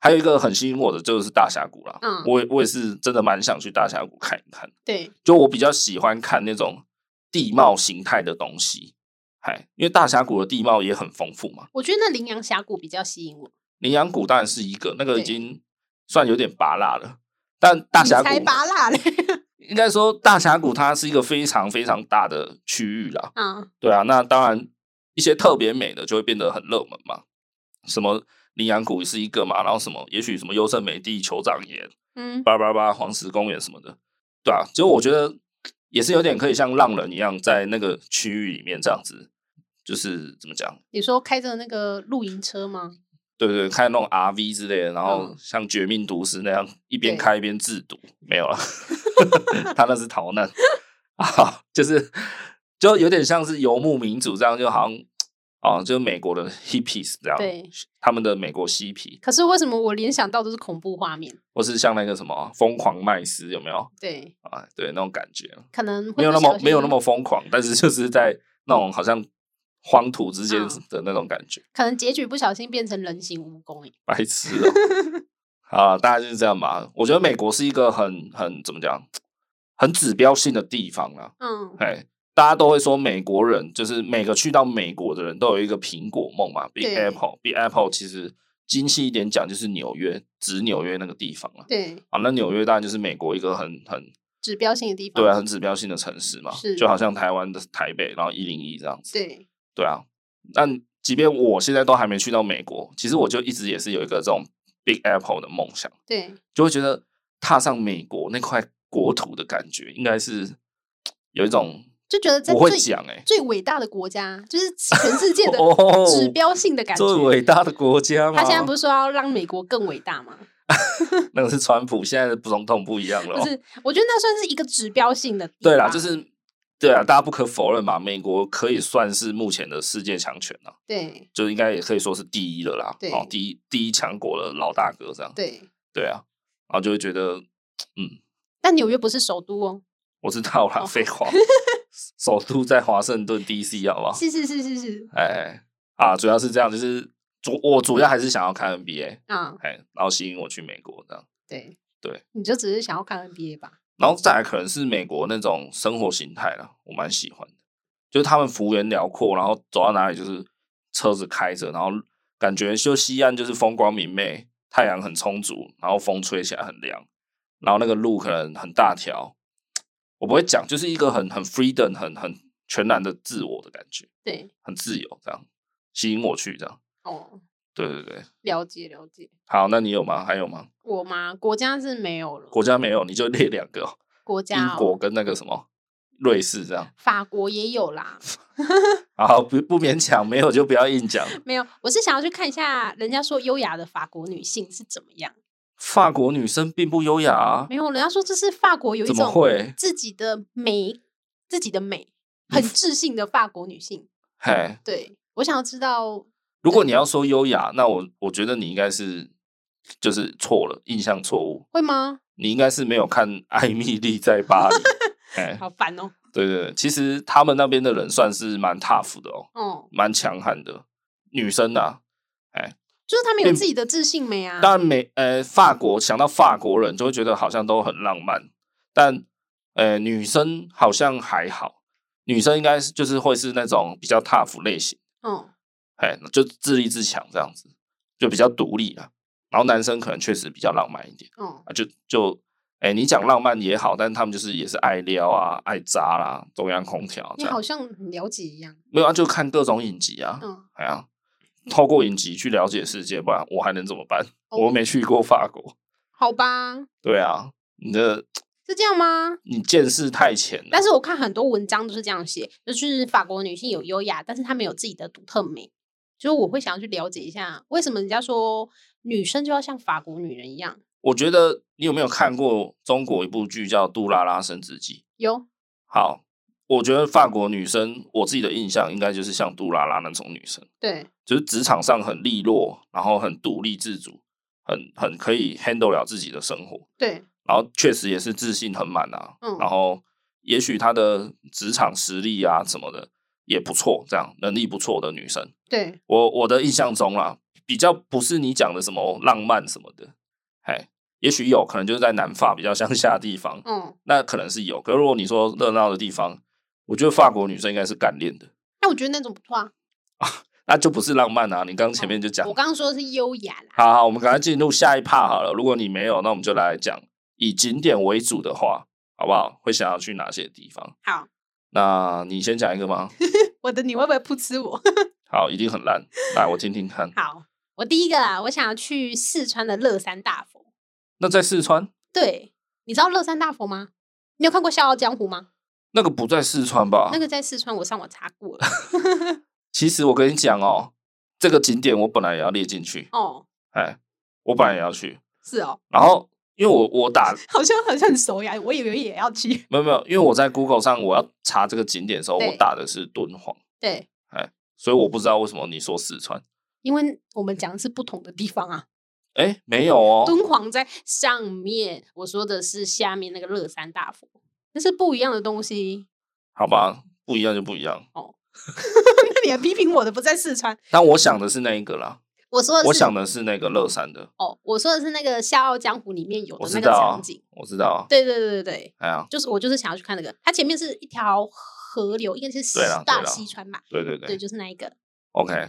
S1: 还有一个很吸引我的就是大峡谷啦。
S2: 嗯
S1: 我也我也是真的蛮想去大峡谷看一看。
S2: 对
S1: 就我比较喜欢看那种地
S2: 嗯
S1: 貌形态的东西，嗨，因为大峡谷的地貌也很丰富嘛。
S2: 我觉得那羚羊峡谷比较吸引我。
S1: 羚羊谷当然是一个，那个已
S2: 对
S1: 经算有点拔辣了。但大峡
S2: 你
S1: 谷
S2: 才拔蜡嘞，
S1: 应该说大峡谷它是一个非常非常大的区域啦，
S2: 啊，
S1: 对啊，那当然一些特别美的就会变得很热门嘛，什么羚羊谷是一个嘛，然后什么也许什么优胜美地、酋长岩、
S2: 嗯，
S1: 八八八黄石公园什么的，对啊，就我觉得也是有点可以像浪人一样在那个区域里面这样子，就是怎么讲，
S2: 你说开着那个露营车吗？
S1: 对对，开那种 RV 之类的，然后
S2: 嗯
S1: 像绝命毒师那样一边
S2: 对
S1: 开一边制毒，没 有了，他那是逃难啊，就是就有点像是游牧民族这样，就好像哦，就是美国的 hippies 这样，
S2: 对，
S1: 他们的美国嬉皮，
S2: 可是为什么我联想到都是恐怖画面？
S1: 或是像那个什么疯狂麦斯有没有
S2: 对，
S1: 啊？对，那种感觉
S2: 可能会
S1: 没有
S2: 不
S1: 那么
S2: 小
S1: 没有那
S2: 心
S1: 么疯狂，但是就是在那种好像荒土之间
S2: 嗯
S1: 的那种感觉。
S2: 可能结局不小心变成人形蜈蚣哎，
S1: 白痴 哦、啊，大概就是这样吧。我觉得美国是一个很很怎么讲，很指标性的地方啊。
S2: 嗯，
S1: 哎，大家都会说美国人就是每个去到美国的人都有一个苹果梦嘛，比
S2: 对
S1: Apple 比 Apple 其实精细一点讲就是纽约，指纽约那个地方啊。
S2: 对，
S1: 啊，那纽约当然就是美国一个很很
S2: 指标性的地方，
S1: 对啊，很指标性的城市嘛，
S2: 嗯是
S1: 就好像台湾的台北，然后一零一这样子。
S2: 对，
S1: 对啊，但即便我现在都还没去到美国，其实我就一直也是有一个这种 Big Apple 的梦想，
S2: 对，
S1: 就会觉得踏上美国那块国土的感觉，应该是有一种
S2: 就觉得在
S1: 我会
S2: 最
S1: 讲哎、
S2: 最伟大的国家，就是全世界的
S1: 哦
S2: 指标性的感觉。
S1: 最伟大的国家嘛，
S2: 他现在不是说要让美国更伟大吗？
S1: 那个是川普，现在的总统不一样了、
S2: 不
S1: 哦。
S2: 是，我觉得那算是一个指标性的地
S1: 对啦，
S2: 方
S1: 就是对啊，大家不可否认嘛，美国可以算是目前的世界强权了、
S2: 对
S1: 就应该也可以说是第一了啦，
S2: 对
S1: 哦，第一第一强国的老大哥这样。
S2: 对。
S1: 对啊，然后就会觉得，嗯，
S2: 但纽约不是首都哦，
S1: 我知道啦，
S2: 哦
S1: 废话，首都在华盛顿 D.C. 好不好？
S2: 是是是是是
S1: 哎，啊，主要是这样，就是主我主要还是想要看 NBA，
S2: 啊，
S1: 哎，然后吸引我去美国这样，
S2: 对
S1: 对，
S2: 你就只是想要看 NBA 吧？
S1: 然后再来可能是美国那种生活形态了，我蛮喜欢的，就是他们幅员辽阔，然后走到哪里就是车子开着，然后感觉就西岸就是风光明媚，太阳很充足，然后风吹起来很凉，然后那个路可能很大条，我不会讲，就是一个很很 freedom 很很全然的自我的感觉，
S2: 对，
S1: 很自由这样吸引我去这样，
S2: 哦，
S1: 对对对，
S2: 了解了解。
S1: 好，那你有吗？还有吗？
S2: 我嘛，国家是没有了，
S1: 国家没有，你就列两个哦、
S2: 国家、
S1: 英
S2: 哦、
S1: 国跟那个什么瑞士这样。
S2: 法国也有啦，
S1: 好，不不勉强，没有就不要硬讲。
S2: 没有，我是想要去看一下人家说优雅的法国女性是怎么样。
S1: 法国女生并不优雅啊
S2: 没，有，人家说这是法国有一
S1: 怎么
S2: 种
S1: 会
S2: 自己的美，自己的美，很自信的法国女性。
S1: 嘿，
S2: 对我想要知道，
S1: 如果你要说优雅，那我我觉得你应该是就是错了，印象错误，
S2: 会吗？
S1: 你应该是没有看艾米丽在巴 黎。哎，
S2: 好烦哦、
S1: 对对对，其实他们那边的人算是蛮 tough 的哦，
S2: 哦、
S1: 蛮强悍的女生啊。
S2: 就是他们有
S1: 并
S2: 自己的自信美啊。
S1: 当然美，呃，法国想到法国人就会觉得好像都很浪漫，但呃，女生好像还好，女生应该是就是会是那种比较 tough 类型。
S2: 嗯，
S1: 哎，就自立自强这样子，就比较独立了。然后男生可能确实比较浪漫一点
S2: 哦、
S1: 啊，就就哎，你讲浪漫也好，但他们就是也是爱撩啊、爱渣啦、中央空调
S2: 你
S1: 这
S2: 好
S1: 样，
S2: 像很了解一样。
S1: 没有啊，就看各种影集啊，
S2: 嗯，
S1: 哎呀，透过影集去了解世界，不然我还能怎么办？
S2: 哦
S1: 我没去过法国，
S2: 好吧，
S1: 对啊，你的
S2: 是这样吗？
S1: 你见识太浅了
S2: 但，是我看很多文章都是这样写，就是法国女性有优雅，但是她们有自己的独特美。就是我会想要去了解一下，为什么人家说女生就要像法国女人一样？
S1: 我觉得你有没有看过中国一部剧叫《杜拉拉升职记》？
S2: 有
S1: 好，我觉得法国女生，我自己的印象应该就是像杜拉拉那种女生，
S2: 对，
S1: 就是职场上很利落，然后很独立自主，很很可以 handle 了自己的生活，
S2: 对，
S1: 然后确实也是自信很满啊，
S2: 嗯
S1: 然后也许她的职场实力啊什么的也不错，这样能力不错的女生，
S2: 对，
S1: 我我的印象中啦，比较不是你讲的什么浪漫什么的，哎，也许有可能就是在南法比较乡下的地方，
S2: 嗯，
S1: 那可能是有。可是如果你说热闹的地方，我觉得法国女生应该是干练的。
S2: 那我觉得那种不错啊。
S1: 那就不是浪漫啊！你刚刚前面就讲
S2: 我，刚刚说的是优雅啦，
S1: 好好，我们赶快进入下一趴好了。如果你没有，那我们就来讲以景点为主的话，好不好？会想要去哪些地方？
S2: 好，
S1: 那你先讲一个吗？
S2: 我的你会不会噗嗤我？
S1: 好，一定很烂，来我听听看。
S2: 好，我第一个啊，我想要去四川的乐山大佛。
S1: 那在四川，
S2: 对，你知道乐山大佛吗？你有看过《笑傲江湖》吗？
S1: 那个不在四川吧？
S2: 那个在四川，我上网查过 了。
S1: 其实我跟你讲哦，这个景点我本来也要列进去，
S2: 哦，
S1: 哎，我本来也要去。
S2: 是哦，
S1: 然后因为我我打
S2: 好像好像很熟呀，我以为也要去。
S1: 没有没有，因为我在 Google 上我要查这个景点的时候，
S2: 对
S1: 我打的是敦煌，
S2: 对，
S1: 所以我不知道为什么你说四川。
S2: 因为我们讲的是不同的地方啊。
S1: 哎，没有哦，
S2: 敦煌在上面，我说的是下面那个乐山大佛，那是不一样的东西。
S1: 好吧，不一样就不一样。
S2: 那你还批评我的不在四川，
S1: 但我想的是那一个啦，
S2: 我说的是
S1: 我想的是那个乐山的，
S2: 哦，我说的是那个《笑傲江湖》里面有
S1: 我
S2: 的
S1: 知
S2: 那个
S1: 道啊
S2: 场景。，
S1: 我知道啊。
S2: 对对对对对，
S1: 哎呀，
S2: 就是我就是想要去看那个，它前面是一条河流，应该是西
S1: 对啦对
S2: 大
S1: 啦
S2: 西川吧？
S1: 对对
S2: 对，
S1: 对
S2: 就是那一个
S1: ，OK，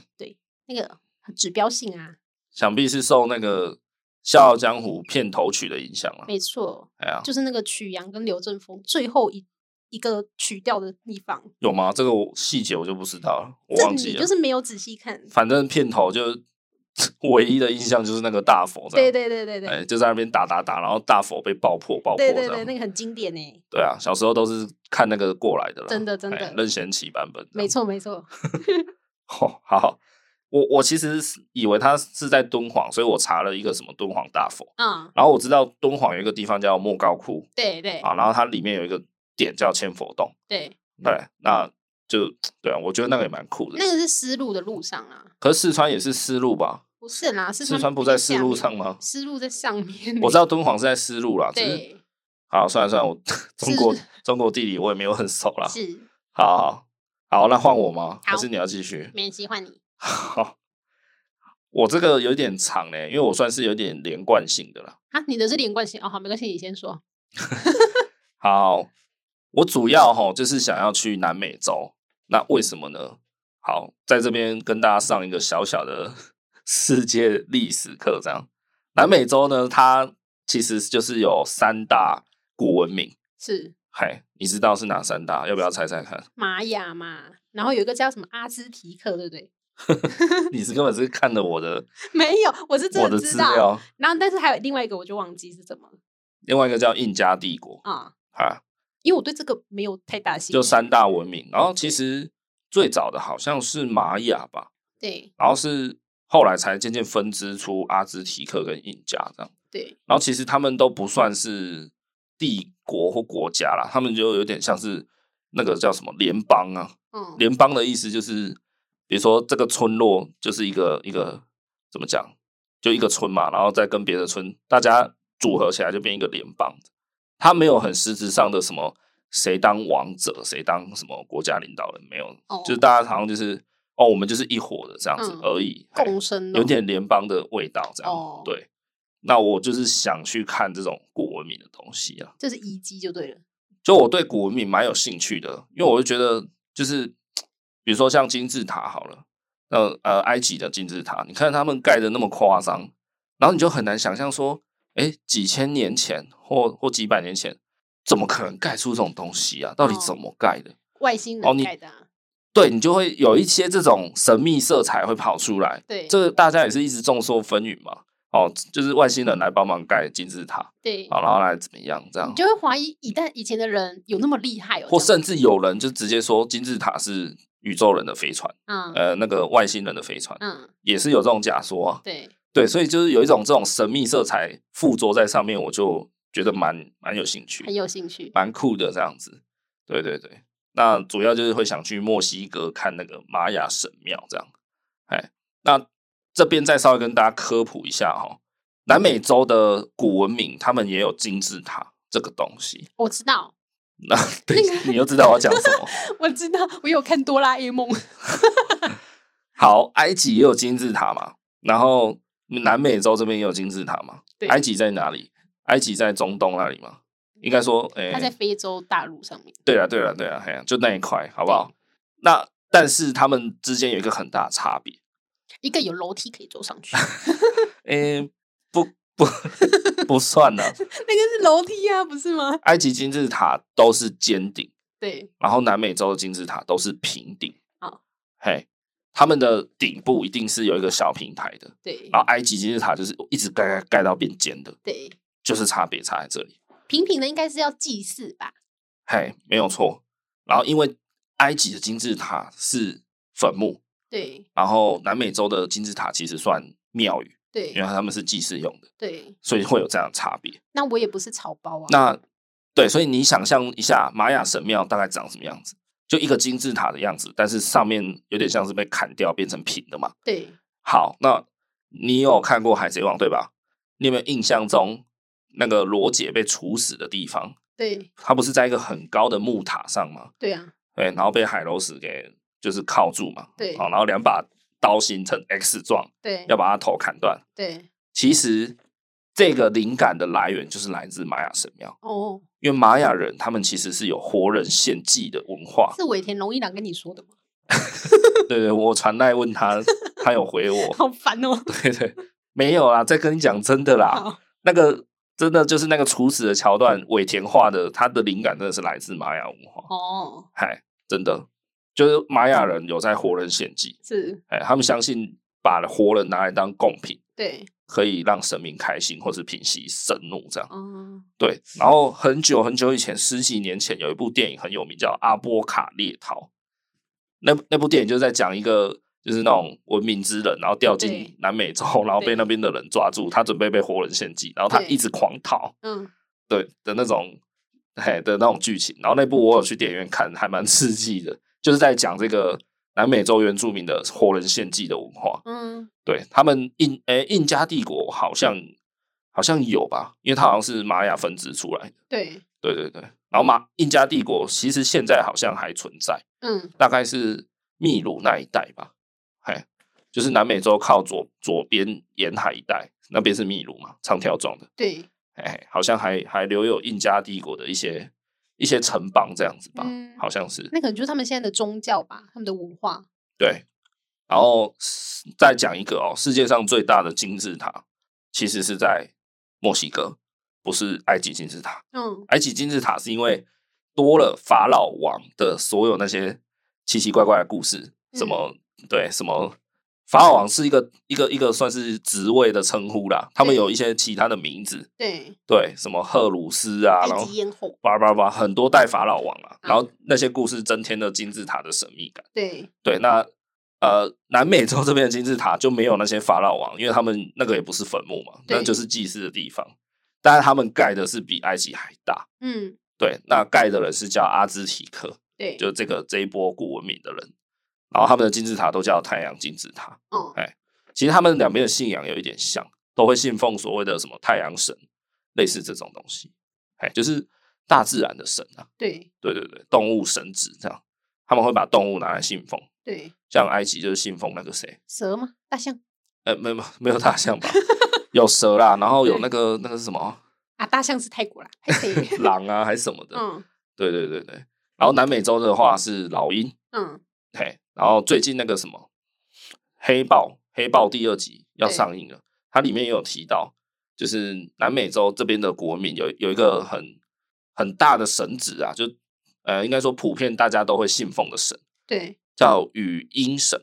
S2: 那个很指标性啊，
S1: 想必是受那个《笑傲江湖》片头曲的影响了。
S2: 没错，
S1: 哎呀，
S2: 就是那个曲阳跟刘振峰最后一一个曲调的地方，
S1: 有吗？这个我细节我就不知道了，我
S2: 这
S1: 忘记
S2: 你
S1: 了。
S2: 就是没有仔细看。
S1: 反正片头就 唯一的印象就是那个大佛这
S2: 对
S1: 样，
S2: 对对对对，
S1: 哎，就在那边打打打，然后大佛被爆破爆破
S2: 对
S1: 这
S2: 对对，
S1: 样。
S2: 那个很经典哎，
S1: 对啊，小时候都是看那个过来的啦，
S2: 真的真的
S1: 哎任贤齐版本，
S2: 没。错没错，
S1: 哦，好，我我其实是以为它是在敦煌，所以我查了一个什么敦煌大佛，
S2: 嗯，
S1: 然后我知道敦煌有一个地方叫莫高窟
S2: 对对
S1: 啊，然后它里面有一个点叫千佛洞，
S2: 对，
S1: 对，那就对啊，我觉得那个也蛮酷的
S2: 那。个是丝路的路上啊，
S1: 可是四川也是丝路吧？
S2: 不是啦，是
S1: 四川不在丝路
S2: 下
S1: 上
S2: 面，
S1: 吗？
S2: 丝路在 上面欸，
S1: 我知道敦煌是在丝路啦，只是
S2: 对，
S1: 好，算了算了，我 中国
S2: 是
S1: 中国地理我也没有很熟啦。
S2: 是
S1: 好好好，那换我吗？还
S2: 好
S1: 是你要继续？
S2: 没人喜欢你，
S1: 好，我这个有点长嘞、因为我算是有点连贯性的啦。
S2: 啊，你的是连贯性哦，好，没关系，你先说。
S1: 好，我主要哈就是想要去南美洲，那为什么呢？好，在这边跟大家上一个小小的 世界历史课，这样。南美洲呢，它其实就是有三大古文明，
S2: 是
S1: 嗨，你知道是哪三大？要不要猜猜看？
S2: 玛雅嘛，然后有一个叫什么阿兹提克，对不对？
S1: 你是根本是看了我的
S2: 没有，我是真
S1: 我
S2: 的
S1: 的
S2: 知
S1: 资
S2: 道。
S1: 料，
S2: 然后，但是还有另外一个，我就忘记是什么了
S1: 另外一个叫印加帝国
S2: 啊，
S1: 啊，
S2: 因为我对这个没有太大兴趣。
S1: 就三大文明。然后其实最早的好像是玛雅吧，
S2: 对
S1: 然后是后来才渐渐分支出阿兹提克跟印加这样。
S2: 对
S1: 然后其实他们都不算是帝国或国家啦，他们就有点像是那个叫什么联邦啊。
S2: 嗯，
S1: 联邦的意思就是，比如说这个村落就是一个一个怎么讲，就一个村嘛，然后再跟别的村大家组合起来就变一个联邦。它没有很实质上的什么谁当王者，谁当什么国家领导人，没有，
S2: 哦
S1: 就是大家好像就是哦，我们就是一伙的这样子
S2: 嗯
S1: 而已，嘿
S2: 共生哦
S1: 有点联邦的味道这样。
S2: 哦
S1: 对，那我就是想去看这种古文明的东西啊。
S2: 就是遗迹就对了。
S1: 就我对古文明蛮有兴趣的，因为我就觉得就是，比如说像金字塔好了，呃呃，埃及的金字塔，你看他们盖的那么夸张，然后你就很难想象说，哎，几千年前或或几百年前，怎么可能盖出这种东西啊？到底
S2: 哦
S1: 怎么盖的？
S2: 外星
S1: 哦
S2: 人
S1: 你
S2: 盖的、啊，
S1: 对你就会有一些这种神秘色彩会跑出来，
S2: 对
S1: 这个大家也是一直众说纷纭嘛。哦，就是外星人来帮忙盖金字塔，
S2: 对，
S1: 好，然后来怎么样这样
S2: 你？就会怀疑，一旦以前的人有那么厉害哦，
S1: 或
S2: 这样
S1: 甚至有人就直接说金字塔是宇宙人的飞船，
S2: 嗯
S1: 呃，那个外星人的飞船，
S2: 嗯，
S1: 也是有这种假说啊。
S2: 对，
S1: 对，所以就是有一种这种神秘色彩附着在上面，我就觉得蛮蛮有兴趣
S2: 很，有兴趣。
S1: 蛮酷的这样子。对对对，那主要就是会想去墨西哥看那个玛雅神庙这样。哎，那这边再稍微跟大家科普一下哈、南美洲的古文明他们也有金字塔这个东西。
S2: 我知道，
S1: 那对，你又知道我要讲什么。
S2: 我知道，我有看哆啦 A 梦，
S1: 好，埃及也有金字塔嘛，然后南美洲这边也有金字塔嘛。
S2: 对
S1: 埃及在哪里？埃及在中东那里嘛？应该说，诶、啊
S2: 他在非洲大陆上面。
S1: 对了，对了，对了，嘿呀，就那一块，好不好？那但是他们之间有一个很大的差别。
S2: 一个有楼梯可以走上 去，
S1: 诶、不不不算了，
S2: 那个是楼梯啊，不是吗？
S1: 埃及金字塔都是尖顶，
S2: 对，
S1: 然后南美洲的金字塔都是平顶。
S2: 好
S1: 嘿，他们的顶部一定是有一个小平台的，
S2: 对，
S1: 然后埃及金字塔就是一直盖盖盖到变尖的，
S2: 对，
S1: 就是差别差在这里。
S2: 平平的应该是要祭祀吧？
S1: 嘿，没有错。然后因为埃及的金字塔是坟墓，
S2: 对，
S1: 然后南美洲的金字塔其实算庙宇，
S2: 对
S1: 因为，他们是祭祀用的，
S2: 对。
S1: 所以会有这样的差别。
S2: 那我也不是草包啊，
S1: 那对，所以你想象一下玛雅神庙大概长什么样子？就一个金字塔的样子，但是上面有点像是被砍掉变成平的嘛。
S2: 对，
S1: 好，那你有看过《海贼王》对吧？你有没有印象中那个罗杰被处死的地方？
S2: 对，
S1: 他不是在一个很高的木塔上吗？
S2: 对啊，
S1: 对，然后被海楼石给就是铐住嘛，
S2: 对
S1: 好，然后两把刀形成 X 状，
S2: 对
S1: 要，把他头砍断。
S2: 对，
S1: 其实这个灵感的来源就是来自玛雅神庙，
S2: 哦，
S1: 因为玛雅人他们其实是有活人献祭的文 化。
S2: 是尾田荣一郎跟你说的吗？
S1: 对对，我传代问他，他有回我，
S2: 好烦哦，
S1: 对对，没有啦，再跟你讲真的啦，
S2: 好，嗯
S1: 那个真的就是那个处死的桥段，尾田画的，他的灵感真的是来自玛雅文化，
S2: 哦，
S1: 嗨，真的就是玛雅人有在活人献祭。
S2: 是，
S1: 哎，他们相信把活人拿来当贡品，
S2: 对，
S1: 可以让神明开心或是平息神怒这样。
S2: 嗯，
S1: 对，然后很久很久以前，十几年前有一部电影很有名，叫《阿波卡列逃》。那那部电影就是在讲一个就是那种文明之人，然后掉进
S2: 对
S1: 南美洲，然后被
S2: 对
S1: 那边的人抓住，他准备被活人献祭，然后他
S2: 对
S1: 一直狂逃，
S2: 嗯，
S1: 对的那种，嘿的那种剧情。然后那部我有去电影院看，还蛮刺激的，就是在讲这个南美洲原住民的活人献祭的文化。
S2: 嗯，
S1: 对他们印诶、印加帝国好像好像有吧，因为它好像是玛雅分支出来的。
S2: 对，
S1: 对对对，然后玛印加帝国其实现在好像还存在，
S2: 嗯，
S1: 大概是秘鲁那一带吧，嘿，就是南美洲靠左左边沿海一带，那边是秘鲁嘛，长条状的，
S2: 对，
S1: 哎，好像还还留有印加帝国的一些一些城邦这样子吧，
S2: 嗯
S1: 好像是。
S2: 那可能就是他们现在的宗教吧，他们的文化，
S1: 对，然后是再讲一个哦，世界上最大的金字塔其实是在墨西哥，不是埃及金字塔。
S2: 嗯，
S1: 埃及金字塔是因为多了法老王的所有那些奇奇怪怪的故事，什么、
S2: 嗯
S1: 对什么。法老王是一个一个一个算是职位的称呼啦，他们
S2: 对
S1: 有一些其他的名字，
S2: 对，
S1: 对，什么赫鲁斯啊，
S2: 埃
S1: 然后
S2: 及艳后，
S1: 叭叭叭，很多代法老王啊，
S2: 嗯
S1: 然后那些故事增添了金字塔的神秘感。
S2: 对，
S1: 对，那呃，南美洲这边的金字塔就没有那些法老王，因为他们那个也不是坟墓嘛，
S2: 对
S1: 那就是祭祀的地方。但是他们盖的是比埃及还大。
S2: 嗯，
S1: 对，那盖的人是叫阿兹提克，
S2: 对，
S1: 就这个这一波古文明的人。然后他们的金字塔都叫太阳金字塔。
S2: 嗯，
S1: 其实他们两边的信仰有一点像，都会信奉所谓的什么太阳神，类似这种东西。哎，就是大自然的神啊，
S2: 对，
S1: 对对对，动物神祇这样，他们会把动物拿来信奉。
S2: 对，
S1: 像埃及就是信奉那个谁，
S2: 蛇吗？大象
S1: 呃，没没没有大象 吧？有蛇啦，然后有
S2: 对
S1: 那个那个是什么
S2: 啊，大象是泰国啦，还谁？
S1: 狼啊， 还是什么的？
S2: 嗯
S1: 对对对对。然后南美洲的话是老鹰，
S2: 嗯，
S1: 嘿，然后最近那个什么黑豹，黑豹第二集要
S2: 对
S1: 上映了，它里面也有提到，就是南美洲这边的国民有有一
S2: 嗯
S1: 个很很大的神祇啊，就呃，应该说普遍大家都会信奉的神
S2: 对，
S1: 叫雨鹰神，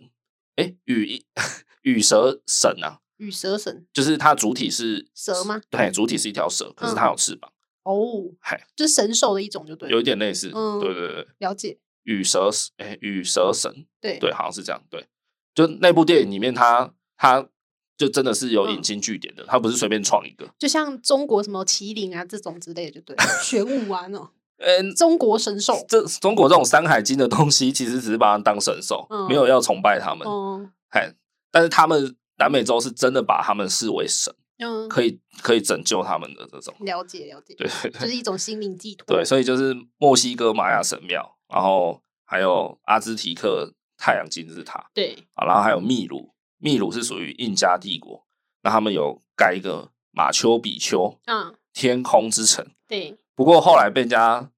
S1: 诶，雨鹰 雨蛇神啊，
S2: 羽蛇神
S1: 就是它主体是
S2: 蛇吗？嗯
S1: 对，主体是一条蛇，可是它有翅膀，
S2: 哦，
S1: 嗨、
S2: 就是神兽的一种，就对了，
S1: 有一点类似。
S2: 嗯
S1: 对对对，
S2: 了解，
S1: 羽蛇，哎、羽蛇神，
S2: 对
S1: 对，好像是这样。对，就那部电影里面它，它就真的是有
S2: 嗯
S1: 引经据典的，它不是随便创一个。
S2: 就像中国什么麒麟啊这种之类的，就对了，玄武啊那种
S1: 嗯，
S2: 中国神兽，
S1: 这中国这种《山海经》的东西，其实只是把它当神兽，
S2: 嗯
S1: 没有要崇拜他们。
S2: 哦，
S1: 哎、但是他们南美洲是真的把他们视为神，
S2: 嗯，
S1: 可以可以拯救他们的这种。
S2: 了解了解，
S1: 对对对。
S2: 就是一种心灵寄托，
S1: 对，所以就是墨西哥玛雅神庙，然后还有阿兹提克太阳金字塔
S2: 对
S1: 啊，然后还有秘鲁，秘鲁是属于印加帝国，那他们有盖一个马丘比丘
S2: 啊，
S1: 天空之城，
S2: 对
S1: 不过后来被人家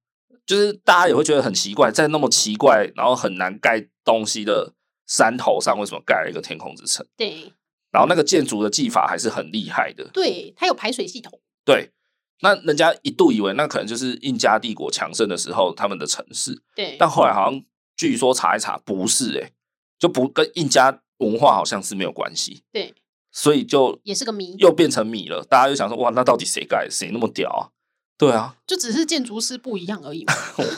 S1: 就是大家也会觉得很奇怪，在那么奇怪然后很难盖东西的山头上，为什么盖了一个天空之城？
S2: 对
S1: 然后那个建筑的技法还是很厉害的，
S2: 对，它有排水系统，
S1: 对。那人家一度以为那可能就是印加帝国强盛的时候他们的城市，
S2: 对
S1: 但后来好像据说查一查不是、欸，诶，就不跟印加文化好像是没有关系，
S2: 对，
S1: 所以就
S2: 也是个谜，
S1: 又变成米了。大家就想说，哇，那到底谁盖的？谁那么屌啊？对啊，
S2: 就只是建筑师不一样而已嘛，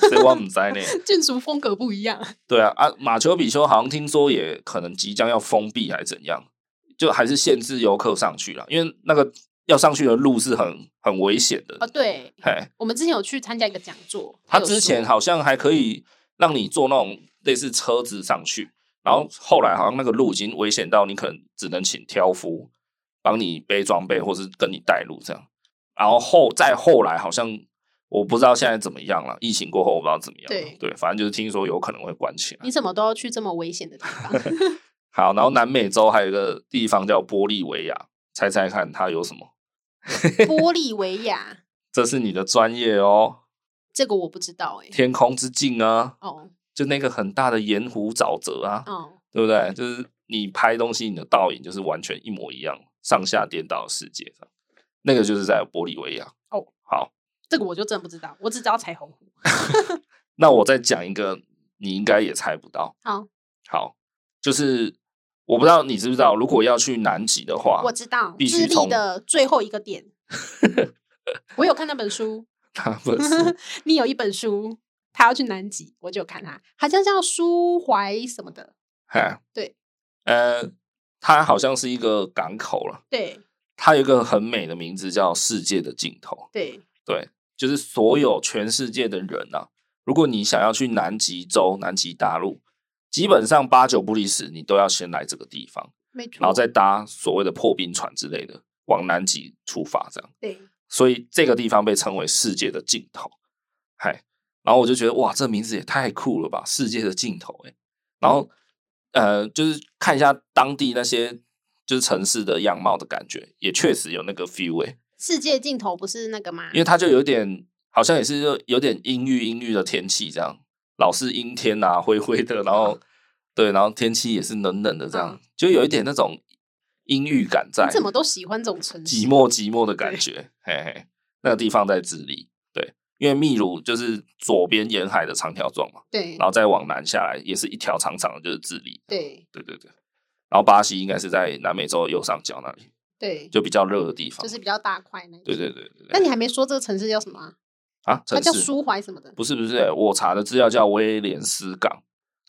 S1: 谁我唔知呢？
S2: 建筑风格不一样，
S1: 对啊，啊，马丘比丘好像听说也可能即将要封闭还是怎样，就还是限制游客上去了，因为那个要上去的路是很很危险的
S2: 哦，。对，
S1: 嘿，
S2: 我们之前有去参加一个讲座，
S1: 他
S2: 有嗯
S1: 之
S2: 说
S1: 前好像还可以让你坐那种类似车子上去，然
S2: 嗯
S1: 后后来好像那个路已经危险到你可能只能请挑夫帮你背装备，或是跟你带路这样。然后后再后来好像我不知道现在怎么样了，疫情过后我不知道怎么样了。对，反正就是听说有可能会关起来。
S2: 你怎么都要去这么危险的 地方？
S1: 好，然后南美洲还有一个地方叫玻利维亚，猜猜看它有什么？
S2: 玻利维亚
S1: 这是你的专业哦，
S2: 这个我不知道哎、
S1: 天空之镜啊，
S2: 哦
S1: 就那个很大的盐湖沼泽啊，
S2: 哦，
S1: 对不对？就是你拍东西，你的倒影就是完全一模一样，上下颠倒的世界上，那个就是在玻利维亚。
S2: 哦，
S1: 好，
S2: 这个我就真不知道，我只知道彩虹 湖。
S1: 那我再讲一个，你应该也猜不到。
S2: 好，
S1: 好，就是我不知道你知不知道，如果要去南极的话，
S2: 我知道
S1: 必须
S2: 智利
S1: 从
S2: 的最后一 个点，我有看那本书，
S1: 他不 是
S2: 你有一本书，他要去南极，我就有看他，好像叫舒怀什么的，
S1: 哈，
S2: 对，
S1: 哎呃，它好像是一个港口了，
S2: 对
S1: 它有一个很美的名字叫“世界的尽头
S2: 对，”，
S1: 就是所有全世界的人啊，如果你想要去南极洲、南极大陆，基本上八九不离十，你都要先来这个地方，
S2: 没
S1: 然
S2: 错
S1: 后，再搭所谓的破冰船之类的往南极出发，这样。
S2: 对，
S1: 所以这个地方被称为世界的尽头。嗨，然后我就觉得哇，这名字也太酷了吧！世界的尽头、欸，然后呃，就是看一下当地那些就是城市的样貌的感觉，也确实有那个 feel 哎、
S2: 世界尽头不是那个吗
S1: 因？为它就有点好像也是有点阴郁阴郁的天气这样，老是阴天啊，灰灰的，然后对，然后天气也是冷冷的这样
S2: 嗯，
S1: 就有一点那种阴郁感在。
S2: 你怎么都喜欢这种城市
S1: 寂？寞寂寞的感觉，嘿嘿，那个地方在智利，对，因为秘鲁就是左边沿海的长条状嘛，
S2: 对
S1: 然后再往南下来也是一条长长的，就是智利，
S2: 对
S1: 对对对，然后巴西应该是在南美洲右上角那里，
S2: 对，
S1: 就比较热的地方，
S2: 就是比较大块那一
S1: 对
S2: 种。
S1: 对对对
S2: 那
S1: 对，
S2: 你还没说这个城市叫什么啊？
S1: 啊，
S2: 它
S1: 城
S2: 叫
S1: 市
S2: 舒怀什么的。
S1: 不是不是、我查的资料叫威廉斯港，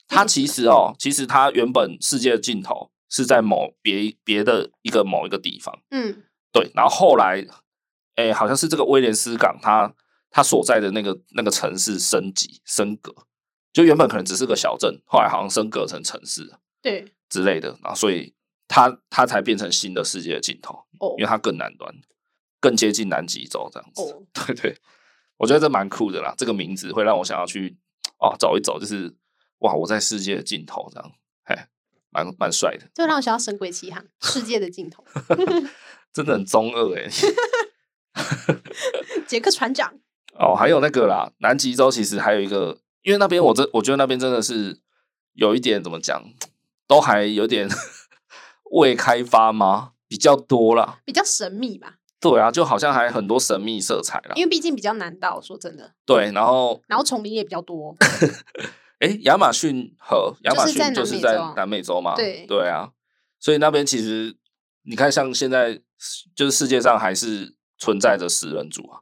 S1: 它其实哦，其实它原本世界的尽头是在某别别的一个某一个地方。
S2: 嗯，
S1: 对，然后后来，哎、好像是这个威廉斯港它，它所在的那个那个城市升级升格，就原本可能只是个小镇，后来好像升格成城市
S2: 对，
S1: 之类的，然后所以它它才变成新的世界的尽头，
S2: 哦
S1: 因为它更南端，更接近南极洲这样子。
S2: 哦，
S1: 对 对，我觉得这蛮酷的啦，这个名字会让我想要去哦走一走，就是哇，我在世界的尽头这样，哎，蛮蛮帅的。
S2: 这让我想到《神鬼奇航》世界的尽头，
S1: 真的很中二哎、
S2: 杰克船长。
S1: 哦，还有那个啦，南极洲其实还有一个，因为那边我真我觉得那边真的是有一点怎么讲，都还有点 未开发吗？比较多啦，
S2: 比较神 秘吧，
S1: 对啊，就好像还很多神秘色彩啦
S2: 因。为毕竟比较难到，说真的。
S1: 对，然后
S2: 然后丛林也比 较多，
S1: 诶，亚马逊河，亚马
S2: 就是在
S1: 逊就是
S2: 南美
S1: 在
S2: 洲
S1: 南美洲嘛，
S2: 对
S1: 对啊，所以那边其实你看，像现在就是世界上还是存在着食人族啊，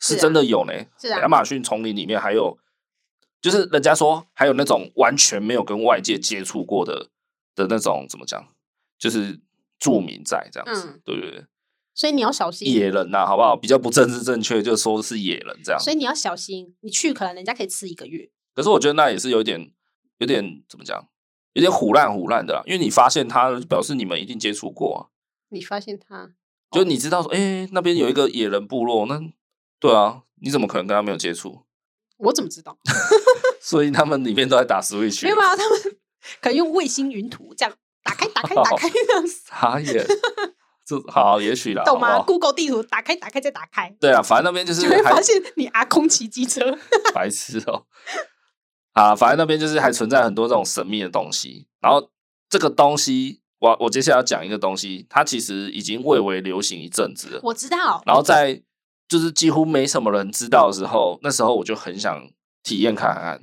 S2: 是
S1: 是
S2: 啊
S1: 真的有呢，
S2: 是啊
S1: 亚马逊丛林里面还有，就是人家说还有那种完全没有跟外界接触过的的那种怎么讲，就是住民在这样子，
S2: 嗯
S1: 对不对？
S2: 所以你要小心。
S1: 野人呐、好不好？比较不政治正确，就说是野人这样。
S2: 所以你要小心，你去可能人家可以吃一个月。
S1: 可是我觉得那也是有点有点怎么讲，有点虎烂虎烂的啦，因为你发现他表示你们一定接触过啊，
S2: 你发现他
S1: 就你知道说，哎、那边有一个野人部落，那对啊，你怎么可能跟他没有接触？
S2: 我怎么知道？
S1: 所以他们里面都在打 Switch，啊
S2: 没有啊吧？他们 可能用卫星云图这样打开、打开、
S1: 哦
S2: 打开这样子，
S1: 傻眼，这好，也许啦，
S2: 懂
S1: 好
S2: 吗
S1: 不好
S2: ？Google 地图打开、打开再打开，
S1: 对啊，反正那边就是
S2: 就会
S1: 还
S2: 发现你阿空骑机车。
S1: 白痴哦、啊，反正那边就是还存在很多这种神秘的东西。然后这个东西，我我接下来要讲一个东西，它其实已经蔚为流行一阵子了。
S2: 我知道，
S1: 然后在就是几乎没什么人知道的时候，那时候我就很想体验看看，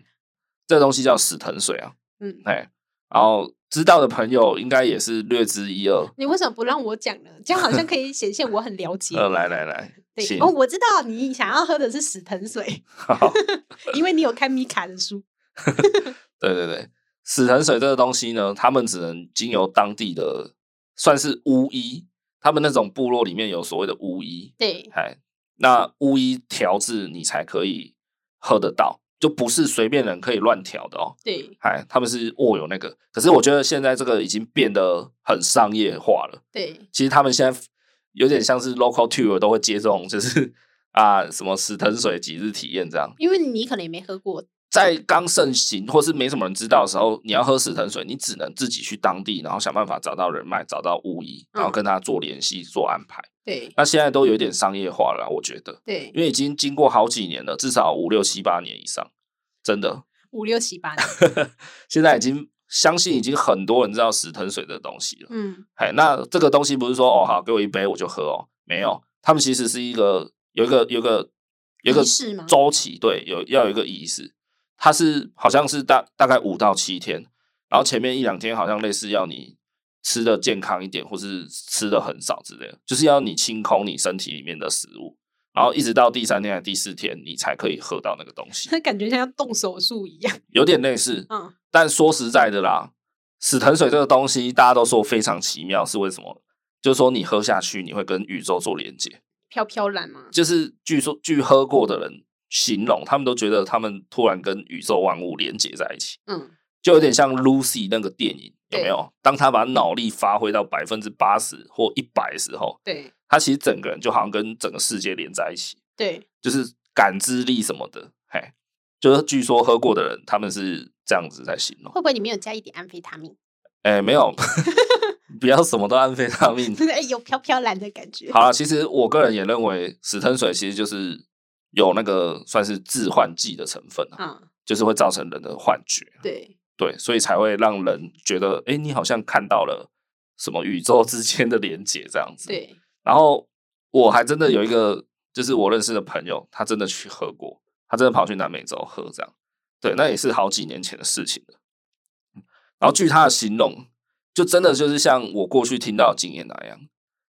S1: 这东西叫死藤水啊，
S2: 嗯，
S1: 哎，然后知道的朋友应该也是略知一二。
S2: 你为什么不让我讲呢？这样好像可以显现我很了解。
S1: 呃，来来来，
S2: 对
S1: 行
S2: 哦，，我知道你想要喝的是死藤水，
S1: 好，
S2: 因为你有看米卡 的书。
S1: 对对对，死藤水这个东西呢，他们只能经由当地的算是巫医，他们那种部落里面有所谓的巫医，
S2: 对，
S1: 哎，那巫医调制你才可以喝得到，就不是随便人可以乱调的哦。
S2: 对，
S1: 哎，他们是握有那个，可是我觉得现在这个已经变得很商业化了。
S2: 对，
S1: 其实他们现在有点像是 local tour 都会接这种，就是啊什么死藤水几日体验这样。
S2: 因为你可能也没喝过。
S1: 在刚盛行或是没什么人知道的时候，你要喝死藤水，你只能自己去当地，然后想办法找到人脉，找到巫医，然后跟他做联系、做安排。
S2: 对，
S1: 那现在都有点商业化了啦，我觉得，
S2: 对，
S1: 因为已经经过好几年了，至少五六七八年以上，真的。
S2: 五六七八年，
S1: 现
S2: 嗯
S1: 在已经相信已经很多人知道死藤水这个东西了。
S2: 嗯，
S1: 哎，那这个东西不是说哦好给我一杯我就喝哦，没有，他们其实是一个有一个有一个有一个
S2: 仪式吗
S1: 周期，对，有要有一个仪式，它是好像是大大概五到七天，然后前面一两天好像类似要你吃的健康一点，或是吃的很少之类的，就是要你清空你身体里面的食物。然后一直到第三天还是第四天，你才可以喝到那个东西，
S2: 那 感觉像要动手术一样。
S1: 有点类似，
S2: 嗯，
S1: 但说实在的啦，死藤水这个东西，大家都说非常奇妙，是为什么？就是说你喝下去，你会跟宇宙做连接。
S2: 飘飘然嘛。
S1: 就是据说据喝过的人形容，他们都觉得他们突然跟宇宙万物连接在一起，
S2: 嗯，
S1: 就有点像 Lucy 那个电影，有没有？当他把脑力发挥到百分之八十或一百时候，
S2: 对，
S1: 他其实整个人就好像跟整个世界连在一起，
S2: 对，
S1: 就是感知力什么的，嘿，就是据说喝过的人，他们是这样子在形容。
S2: 会不会里面有加一点安非他命？
S1: 哎、没有， 不要什么都安非他命。
S2: 哎有飘飘然的感觉。
S1: 好了，其实我个人也认为死藤水其实就是有那个算是致幻剂的成分、啊，
S2: 嗯，
S1: 就是会造成人的幻觉，
S2: 对，
S1: 对，所以才会让人觉得，哎、你好像看到了什么宇宙之间的连接这样子。，
S2: 对，
S1: 然后我还真的有一个，就是我认识的朋友，他真的去喝过，他真的跑去南美洲喝这样。对，那也是好几年前的事情了。嗯然后据他的形容，就真的就是像我过去听到的经验那样，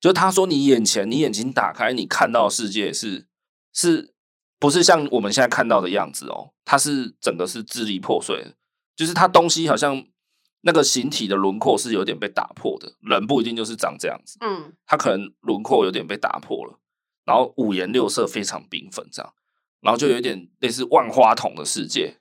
S1: 就他说你眼前，你眼睛打开，你看到的世界是是不是像我们现在看到的样子哦？它是整个是支离破碎的，就是它东西好像那个形体的轮廓是有点被打破的，人不一定就是长这样子。
S2: 嗯，
S1: 他可能轮廓有点被打破了，然后五颜六色，非常缤纷这样，然后就有一点类似万花筒的世界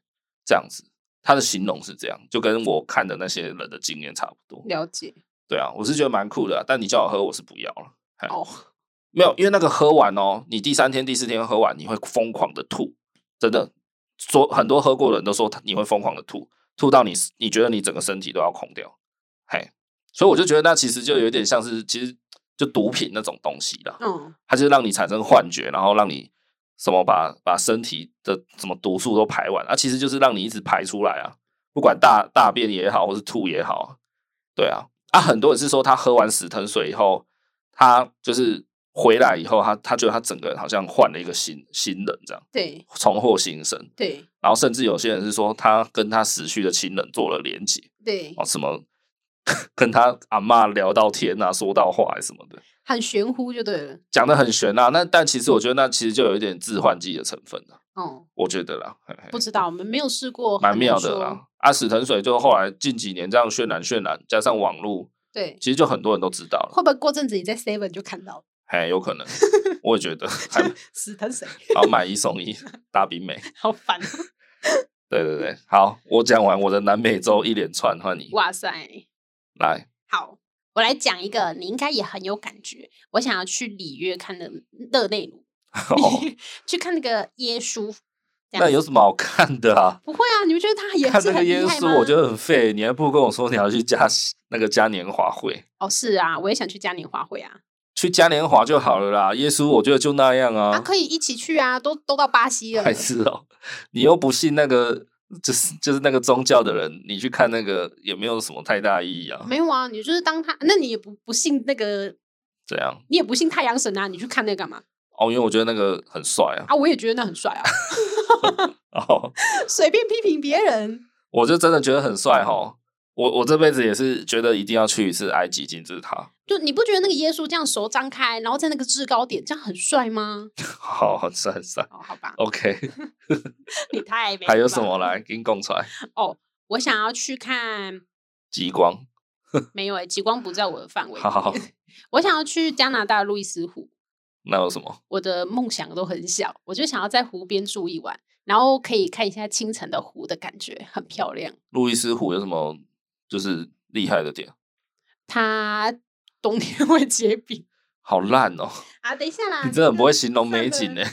S1: 这样子。他的形容是这样，就跟我看的那些人的经验差不多。
S2: 了解。
S1: 对啊，我是觉得蛮酷的啊、但你叫我喝，我是不要了。哎
S2: 哦，
S1: 没有，因为那个喝完哦，你第三天、第四天喝完，你会疯狂的吐，真的。说很多喝过的人都说他你会疯狂的吐，吐到你你觉得你整个身体都要空掉，嘿。所以我就觉得那其实就有点像是其实就毒品那种东西啦，
S2: 嗯，
S1: 它就是让你产生幻觉，然后让你什么把把身体的什么毒素都排完，啊，其实就是让你一直排出来啊，不管大大便也好，或是吐也好啊，对啊，啊，很多人是说他喝完死藤水以后，他就是回来以后，他他觉得他整个人好像换了一个新新人这样，
S2: 对，
S1: 重获新生，
S2: 对，
S1: 然后甚至有些人是说他跟他死去的亲人做了连结，
S2: 对，
S1: 哦，什么 跟他阿嬷聊到天啊，说到话还是什么的。
S2: 很玄乎就对了。
S1: 讲的很玄啊，那但其
S2: 嗯
S1: 实我觉得那其实就有一点致幻剂的成分了、
S2: 哦，
S1: 我觉得啦，嘿嘿
S2: 不知道，我们没有试过，
S1: 蛮
S2: 很难
S1: 妙的
S2: 说。
S1: 啦。啊，死藤水就后来近几年这样渲染渲染，加上网络，
S2: 对，
S1: 其实就很多人都知道了，
S2: 会不会过阵子你在 Seven 就看到了
S1: 嘿，有可能，我也觉得，还
S2: 死藤水？
S1: 然后买一送一，大冰美，
S2: 好烦！哦
S1: 对对对，好，我讲完我的南美洲一连串，换你
S2: 哇塞，
S1: 来，
S2: 好，我来讲一个，你应该也很有感觉。我想要去里约看的热内卢，
S1: 哦
S2: 去看那个耶稣。这
S1: 那
S2: 样
S1: 有什么好看的啊？
S2: 不会啊？你们觉 得他也
S1: 看
S2: 是
S1: 那个
S2: 很厉
S1: 耶
S2: 害吗？
S1: 稣，我觉得很废，你还不如跟我说你要去嘉那个嘉年华会，
S2: 哦，是啊，我也想去嘉年华会啊，
S1: 去嘉年华就好了啦。耶稣，我觉得就那样
S2: 啊啊，可以一起去啊，都都到巴西了
S1: 还，是哦，你又不信那个就是就是那个宗教的人，你去看那个也没有什么太大意义啊。
S2: 没有啊，你就是当他，那你也不不信那个，
S1: 这样
S2: 你也不信太阳神啊，你去看那干嘛
S1: 哦，因为我觉得那个很帅啊。
S2: 啊？我也觉得那很帅啊，
S1: 哦，
S2: 随便批评别人，
S1: 我就真的觉得很帅哈。我我这辈子也是觉得一定要去一次埃及金字塔。
S2: 就你不觉得那个耶稣这样手张开，然后在那个制高点，这样很帅吗？
S1: 好，很帅很帅。
S2: 哦，好吧，
S1: OK，
S2: 你太没
S1: 还有
S2: 礼
S1: 什
S2: 貌
S1: 么
S2: 了
S1: 来给你供出来？
S2: 哦，我想要去看，
S1: 极光，
S2: 没有哎、极光不在我的范围。
S1: 好好好，
S2: 我想要去加拿大的路易斯湖，
S1: 那有什么？
S2: 我的梦想都很小，我就想要在湖边住一晚，然后可以看一下清晨的湖的感觉，很漂亮。
S1: 路易斯湖有什么就是厉害的点？
S2: 它冬天 会结冰
S1: 好烂哦、
S2: 啊！等一下啦，
S1: 你真的很不会
S2: 这
S1: 形容美景欸
S2: 算
S1: 呢
S2: 了。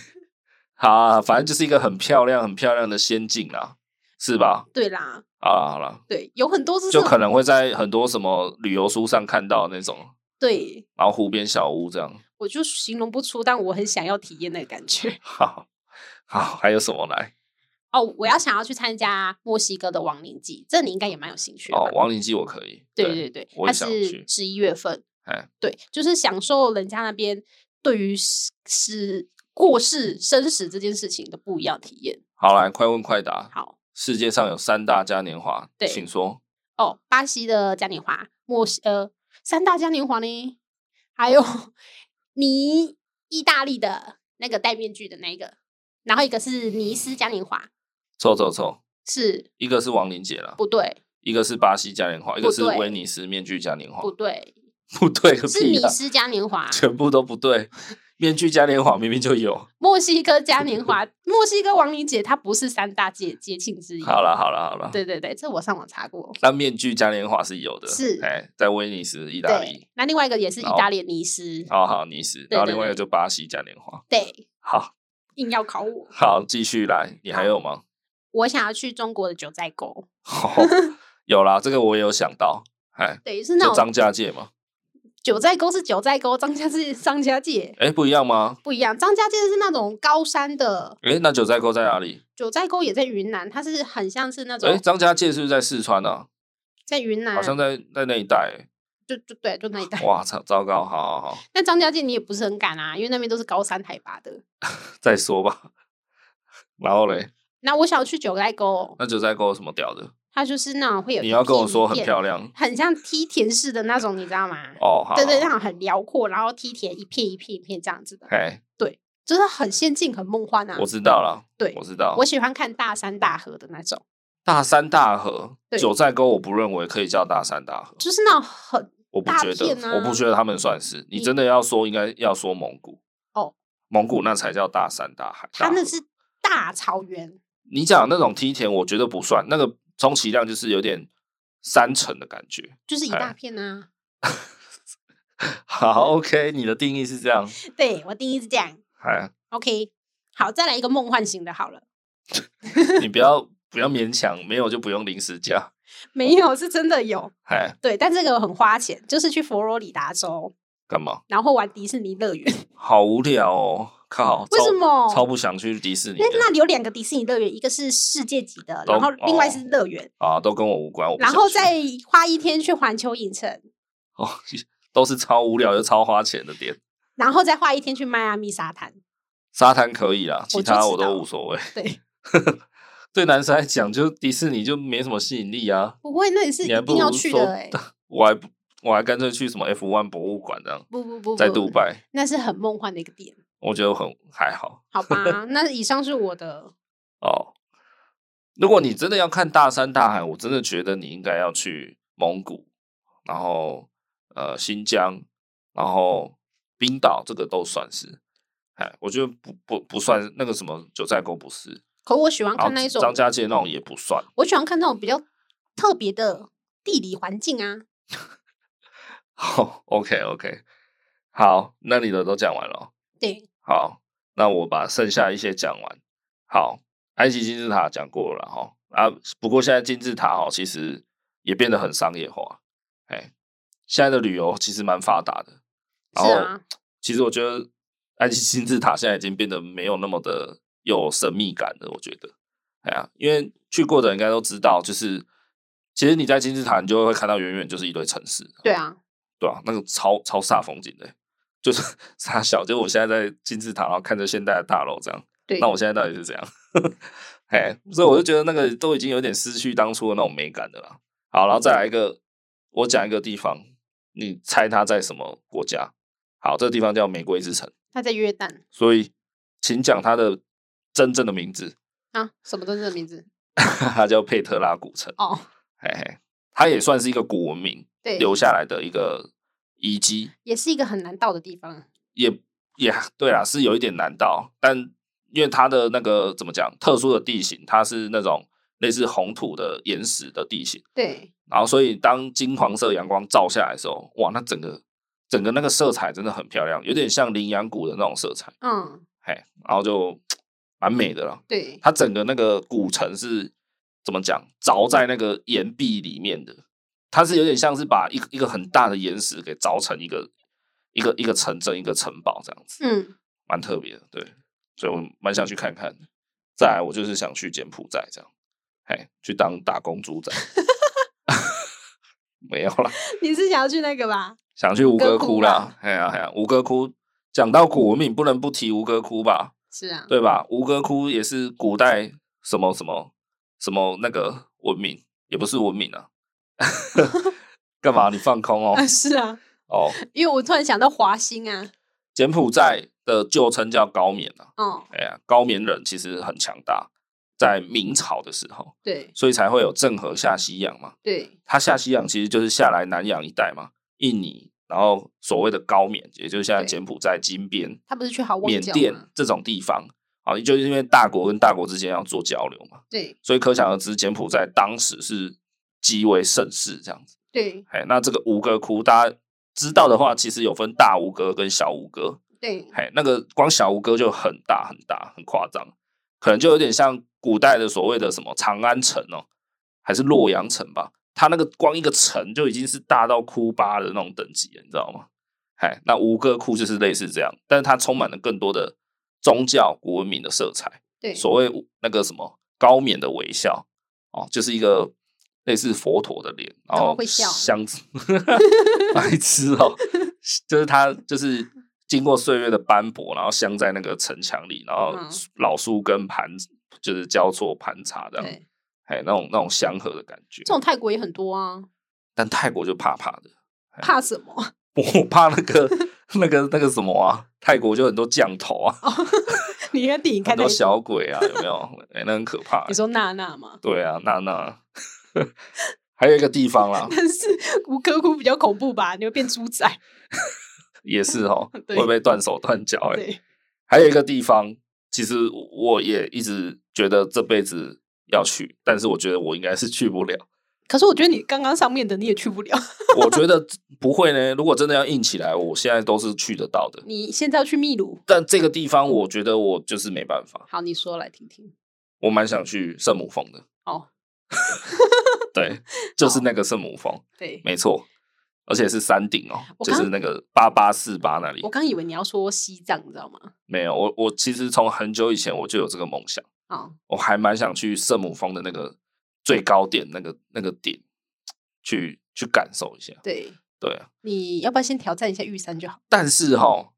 S1: 好啊，反正就是一个很漂亮、很漂亮的仙境啦，是吧？
S2: 对啦，
S1: 好啦好啦，
S2: 对，有很多是
S1: 就
S2: 这
S1: 可
S2: 种
S1: 能会在很多什么旅游书上看到那种，
S2: 对，
S1: 然后湖边小屋这样。
S2: 我就形容不出，但我很想要体验那个感觉。
S1: 好，好，还有什么来？
S2: 哦，我要想要去参加墨西哥的亡灵祭，这你应该也蛮有兴趣的吧
S1: 哦，亡灵记我可以。
S2: 对对对，
S1: 我
S2: 它
S1: 也想
S2: 是
S1: 去
S2: 十一月份
S1: 哎，
S2: 对，就是享受人家那边对于死死过世生死这件事情的不一样体验。
S1: 好来，快问快答。
S2: 好
S1: 世界上有三大嘉年华，
S2: 对
S1: 请说。
S2: 哦，巴西的嘉年华，墨西呃三大嘉年华呢，还有 尼意大利的那个戴面具的那一个，然后一个是尼斯嘉年华，
S1: 凑凑凑，
S2: 是
S1: 一个是亡灵节啦，
S2: 不对
S1: 一个是巴西嘉年华，一个是
S2: 不对
S1: 威尼斯面具嘉年华
S2: 不。对，
S1: 不对个
S2: 是尼
S1: 屁啊！
S2: 斯嘉年华，
S1: 全部都不对。面具嘉年华明明就有。
S2: 墨西哥嘉年华，墨西哥亡灵节它不是三大节节庆之一。
S1: 好了，好了，好了。
S2: 对对对，这我上网查过。
S1: 那面具嘉年华是有的，
S2: 是
S1: 哎，在威尼斯、意大利
S2: 对。，那另外一个也是意
S1: 然后
S2: 大利的尼斯，
S1: 啊好好，尼斯，然后
S2: 对对
S1: 另外一个
S2: 对
S1: 就巴西嘉年华。
S2: 对，
S1: 好
S2: 硬要考我。
S1: 好，继续来，你还有吗？
S2: 我想要去中国的九寨沟，
S1: 有啦，这个我也有想到，哎，
S2: 对，是那
S1: 就
S2: 种
S1: 张家界嘛，
S2: 九寨沟是九寨沟，张家是张家界，
S1: 哎，不一样吗？
S2: 不一样。张家界是那种高山的，
S1: 哎，那九寨沟在哪里？
S2: 九寨沟也在云南，它是很像是那嗯
S1: 哎，
S2: 种
S1: 张家界是不是在四川啊？
S2: 在云南
S1: 好，像在在那一 带。
S2: 就就对，就那一带
S1: 哎。哇，糟糟糕，好好好，
S2: 但张家界你也不是很敢啊，因为那边都是高山海拔的。
S1: 再说吧。 然后嘞，
S2: 那我想要去九寨沟，
S1: 那九寨沟有什么屌的？
S2: 它就是那种会有
S1: 嗯你要跟我说很
S2: 一片
S1: 漂亮
S2: 很像梯田式的那种，你知道吗？
S1: 哦，好，
S2: 对对，
S1: 好
S2: 那种很辽阔，然后梯田一片一片一片这样子的，
S1: 哎，
S2: 就是很先进、很梦幻啊。
S1: 我知道了，
S2: 对
S1: 我知道，
S2: 我喜欢看大山大河的那种，
S1: 大山大河，
S2: 对
S1: 九寨沟我不认为可以叫大山大河，
S2: 就是那种很
S1: 我不
S2: 大
S1: 觉得，
S2: 片啊
S1: 我不觉得他们算是。你
S2: 你
S1: 真的要说，应该要说蒙古
S2: 哦，
S1: 蒙古那才叫大山大海。
S2: 它
S1: 大
S2: 那
S1: 河
S2: 是大草原，
S1: 你讲那种梯田，我觉得不算，那个充其量就是有点山城的感觉。
S2: 就是一
S1: 哎
S2: 大片啊。
S1: 好，OK，你的定义是这 样，
S2: 对我第一次这样
S1: 哎，
S2: ，OK，好，再来一个梦幻型的，好了，
S1: 你不要不要勉强，没有就不用临时加，
S2: 没有是真的有，
S1: 哎，
S2: 对，但这个很花钱，就是去佛罗里达州，
S1: 干嘛？
S2: 然后玩迪士尼乐园。
S1: 好无聊哦，靠，
S2: 为
S1: 超
S2: 什么
S1: 超不想去迪士尼
S2: 那
S1: 的
S2: 那里有两个迪士尼乐园，一个是世界级的，
S1: 都
S2: 然后另外
S1: 哦
S2: 是乐园，
S1: 啊？都跟我无关，我不
S2: 然
S1: 想
S2: 后
S1: 去
S2: 再花一天去环球影城，
S1: 哦， 都是超无聊又超花钱的点。
S2: 然后再花一天去迈阿密沙滩。
S1: 沙滩可以啦，其
S2: 我就
S1: 他
S2: 知
S1: 我
S2: 道
S1: 都无所谓。
S2: 对，
S1: 对男生来讲，就迪士尼就没什么吸引力啊。
S2: 不会，那也是一
S1: 你还不
S2: 定要
S1: 如
S2: 去
S1: 说
S2: 的 哎、，
S1: 我还不我还干脆去什么 F one 博物馆这样，
S2: 不不不不，
S1: 在杜拜，
S2: 那是很梦幻的一个点，
S1: 我觉得很还好
S2: 好 吧？那以上是我的，
S1: 哦。如果你真的要看大山大海，我真的觉得你应该要去蒙古，然后呃新疆，然后冰岛，这个都算是。哎，我觉得不不不算那个什么九寨沟不是，
S2: 可我喜欢
S1: 然
S2: 看
S1: 后
S2: 那一种，
S1: 张家界那种也不算。
S2: 我喜欢看那种比较特别的地理环境啊。
S1: 好，OK OK，好，那你的都讲完了。
S2: 对，
S1: 好，那我把剩下一些讲完。好，埃及金字塔讲过了哈啊，不过现在金字塔哈其实也变得很商业化，哎，现在的旅游其实蛮发达的。然后，
S2: 是啊
S1: 其实我觉得埃及金字塔现在已经变得没有那么的有神秘感了，我觉得。哎呀，因为去过的人应该都知道，就是其实你在金字塔，你就会看到远远就是一堆城市，
S2: 对啊，
S1: 对啊，那个超超煞风景的、就是 傻小。就是我现在在金字塔，然后看着现代的大楼这样，
S2: 对，
S1: 那我现在到底是怎样？ 哎，所以我就觉得那个都已经有点失去当初的那种美感的啦。好，然后再来一个，我讲一个地方，你猜它在什么国家？好，这个地方叫玫瑰之城，
S2: 他在约旦
S1: 所以请讲它的真正的名字，
S2: 啊，什么都是这名字
S1: 它叫佩特拉古城。
S2: 哦，
S1: 嘿嘿，它也算是一个古文明
S2: 对，
S1: 留下来的一个遗迹，
S2: 也是一个很难到的地方，
S1: 也也对啦，是有一点难到，但因为它的那个怎么讲，特殊的地形，它是那种类似红土的岩石的地形，
S2: 对，
S1: 然后所以当金黄色阳光照下来的时候，哇，那整个整个那个色彩真的很漂亮，有点像羚羊谷的那种色彩，
S2: 嗯，
S1: 嘿，然后就蛮美的了。
S2: 对，
S1: 它整个那个古城是怎么讲，凿在那个岩壁里面的，它是有点像是把一个一个很大的岩石给凿成一个一个一个城镇、一个城堡这样子，
S2: 嗯，
S1: 蛮特别的，对，所以我蛮想去看看的。再来，我就是想去柬埔寨这样，哎，去当打工猪仔，没有啦，
S2: 你是想要去那个吧？
S1: 想去吴哥
S2: 哥
S1: 窟
S2: 窟
S1: 啦
S2: 啦，
S1: 哎呀哎呀，吴哥窟。讲到古文明，不能不提吴哥窟吧？
S2: 是啊，
S1: 对吧？吴哥窟也是古代什么什么什么那个文明，也不是文明 啊。干嘛？你放空哦
S2: 啊，是啊，
S1: 哦！
S2: 因为我突然想到华兴啊，
S1: 柬埔寨的旧称叫高棉啊，
S2: 哦，
S1: 哎呀，高棉人其实很强大，在明朝的时候，
S2: 对
S1: 所以才会有郑和下西洋嘛。
S2: 对，
S1: 他下西洋其实就是下来南洋一带嘛，印尼，然后所谓的高棉，也就是现在
S2: 对
S1: 柬埔寨、金边、
S2: 他不是去好望
S1: 缅
S2: 角
S1: 甸
S2: 吗
S1: 这种地方啊，就是因为大国跟大国之间要做交流嘛。
S2: 对
S1: 所以可想而知，柬埔寨当时是极为盛世这样子。
S2: 对
S1: 哎，那这个吴哥窟，大家知道的话，其实有分大吴哥跟小吴哥。
S2: 对，
S1: 哎，那个光小吴哥就很大很大很夸张，可能就有点像古代的所谓的什么长安城哦，还是洛阳城吧。它那个光一个城就已经是大到哭巴的那种等级了，你知道吗？哎，那吴哥窟就是类似这样，但是它充满了更多的宗教古文明的色彩。
S2: 对
S1: 所谓那个什么高冕的微笑哦，就是一个类似佛陀的脸，然
S2: 怎么
S1: 后
S2: 会笑
S1: 相 白痴哦，就是他就是经过岁月的斑驳，然后镶在那个城墙里，然后
S2: 嗯
S1: 老树根盘就是交错盘查这样，
S2: 对，
S1: 哎，那种那种相合的感觉
S2: 这。种泰国也很多啊，
S1: 但泰国就怕怕的，
S2: 怕什么？
S1: 我怕那个那个那个什么啊，泰国就很多降头啊，
S2: 你看电影
S1: 很
S2: 哦看
S1: 多
S2: 到
S1: 小鬼啊，有 没有？哎，那很可怕欸、
S2: 你说娜娜吗？
S1: 对啊，那 那还有一个地方啦，
S2: 但是吴哥窟比较恐怖吧，你会变猪仔，
S1: 也是哦，
S2: 对
S1: 会被断手断脚哎。
S2: 对
S1: 还有一个地方，其实我也一直觉得这辈子要去，但是我觉得我应该是去不了。
S2: 可是我觉得你刚刚上面的你也去不了，
S1: 我觉得不会呢，如果真的要硬起来，我现在都是去得到的。
S2: 你现在要去秘鲁。
S1: 但这个地方，我觉得我就是没办法。
S2: 好，你说来听听。
S1: 我蛮想去圣母峰的。
S2: 哦，
S1: 对，就是那个圣母峰，
S2: 对，
S1: 没错，而且是山顶哦，
S2: 我
S1: 就
S2: 刚
S1: 是那个八八四八那里
S2: 我。刚以为你要说西藏，你知道吗？
S1: 没有，我我其实从很久以前我就有这个梦想，
S2: 哦，
S1: 我还蛮想去圣母峰的那个最高点那个那个点去去感受一下。
S2: 对，
S1: 对啊，
S2: 你要不要先挑战一下玉山就好？
S1: 但是哈，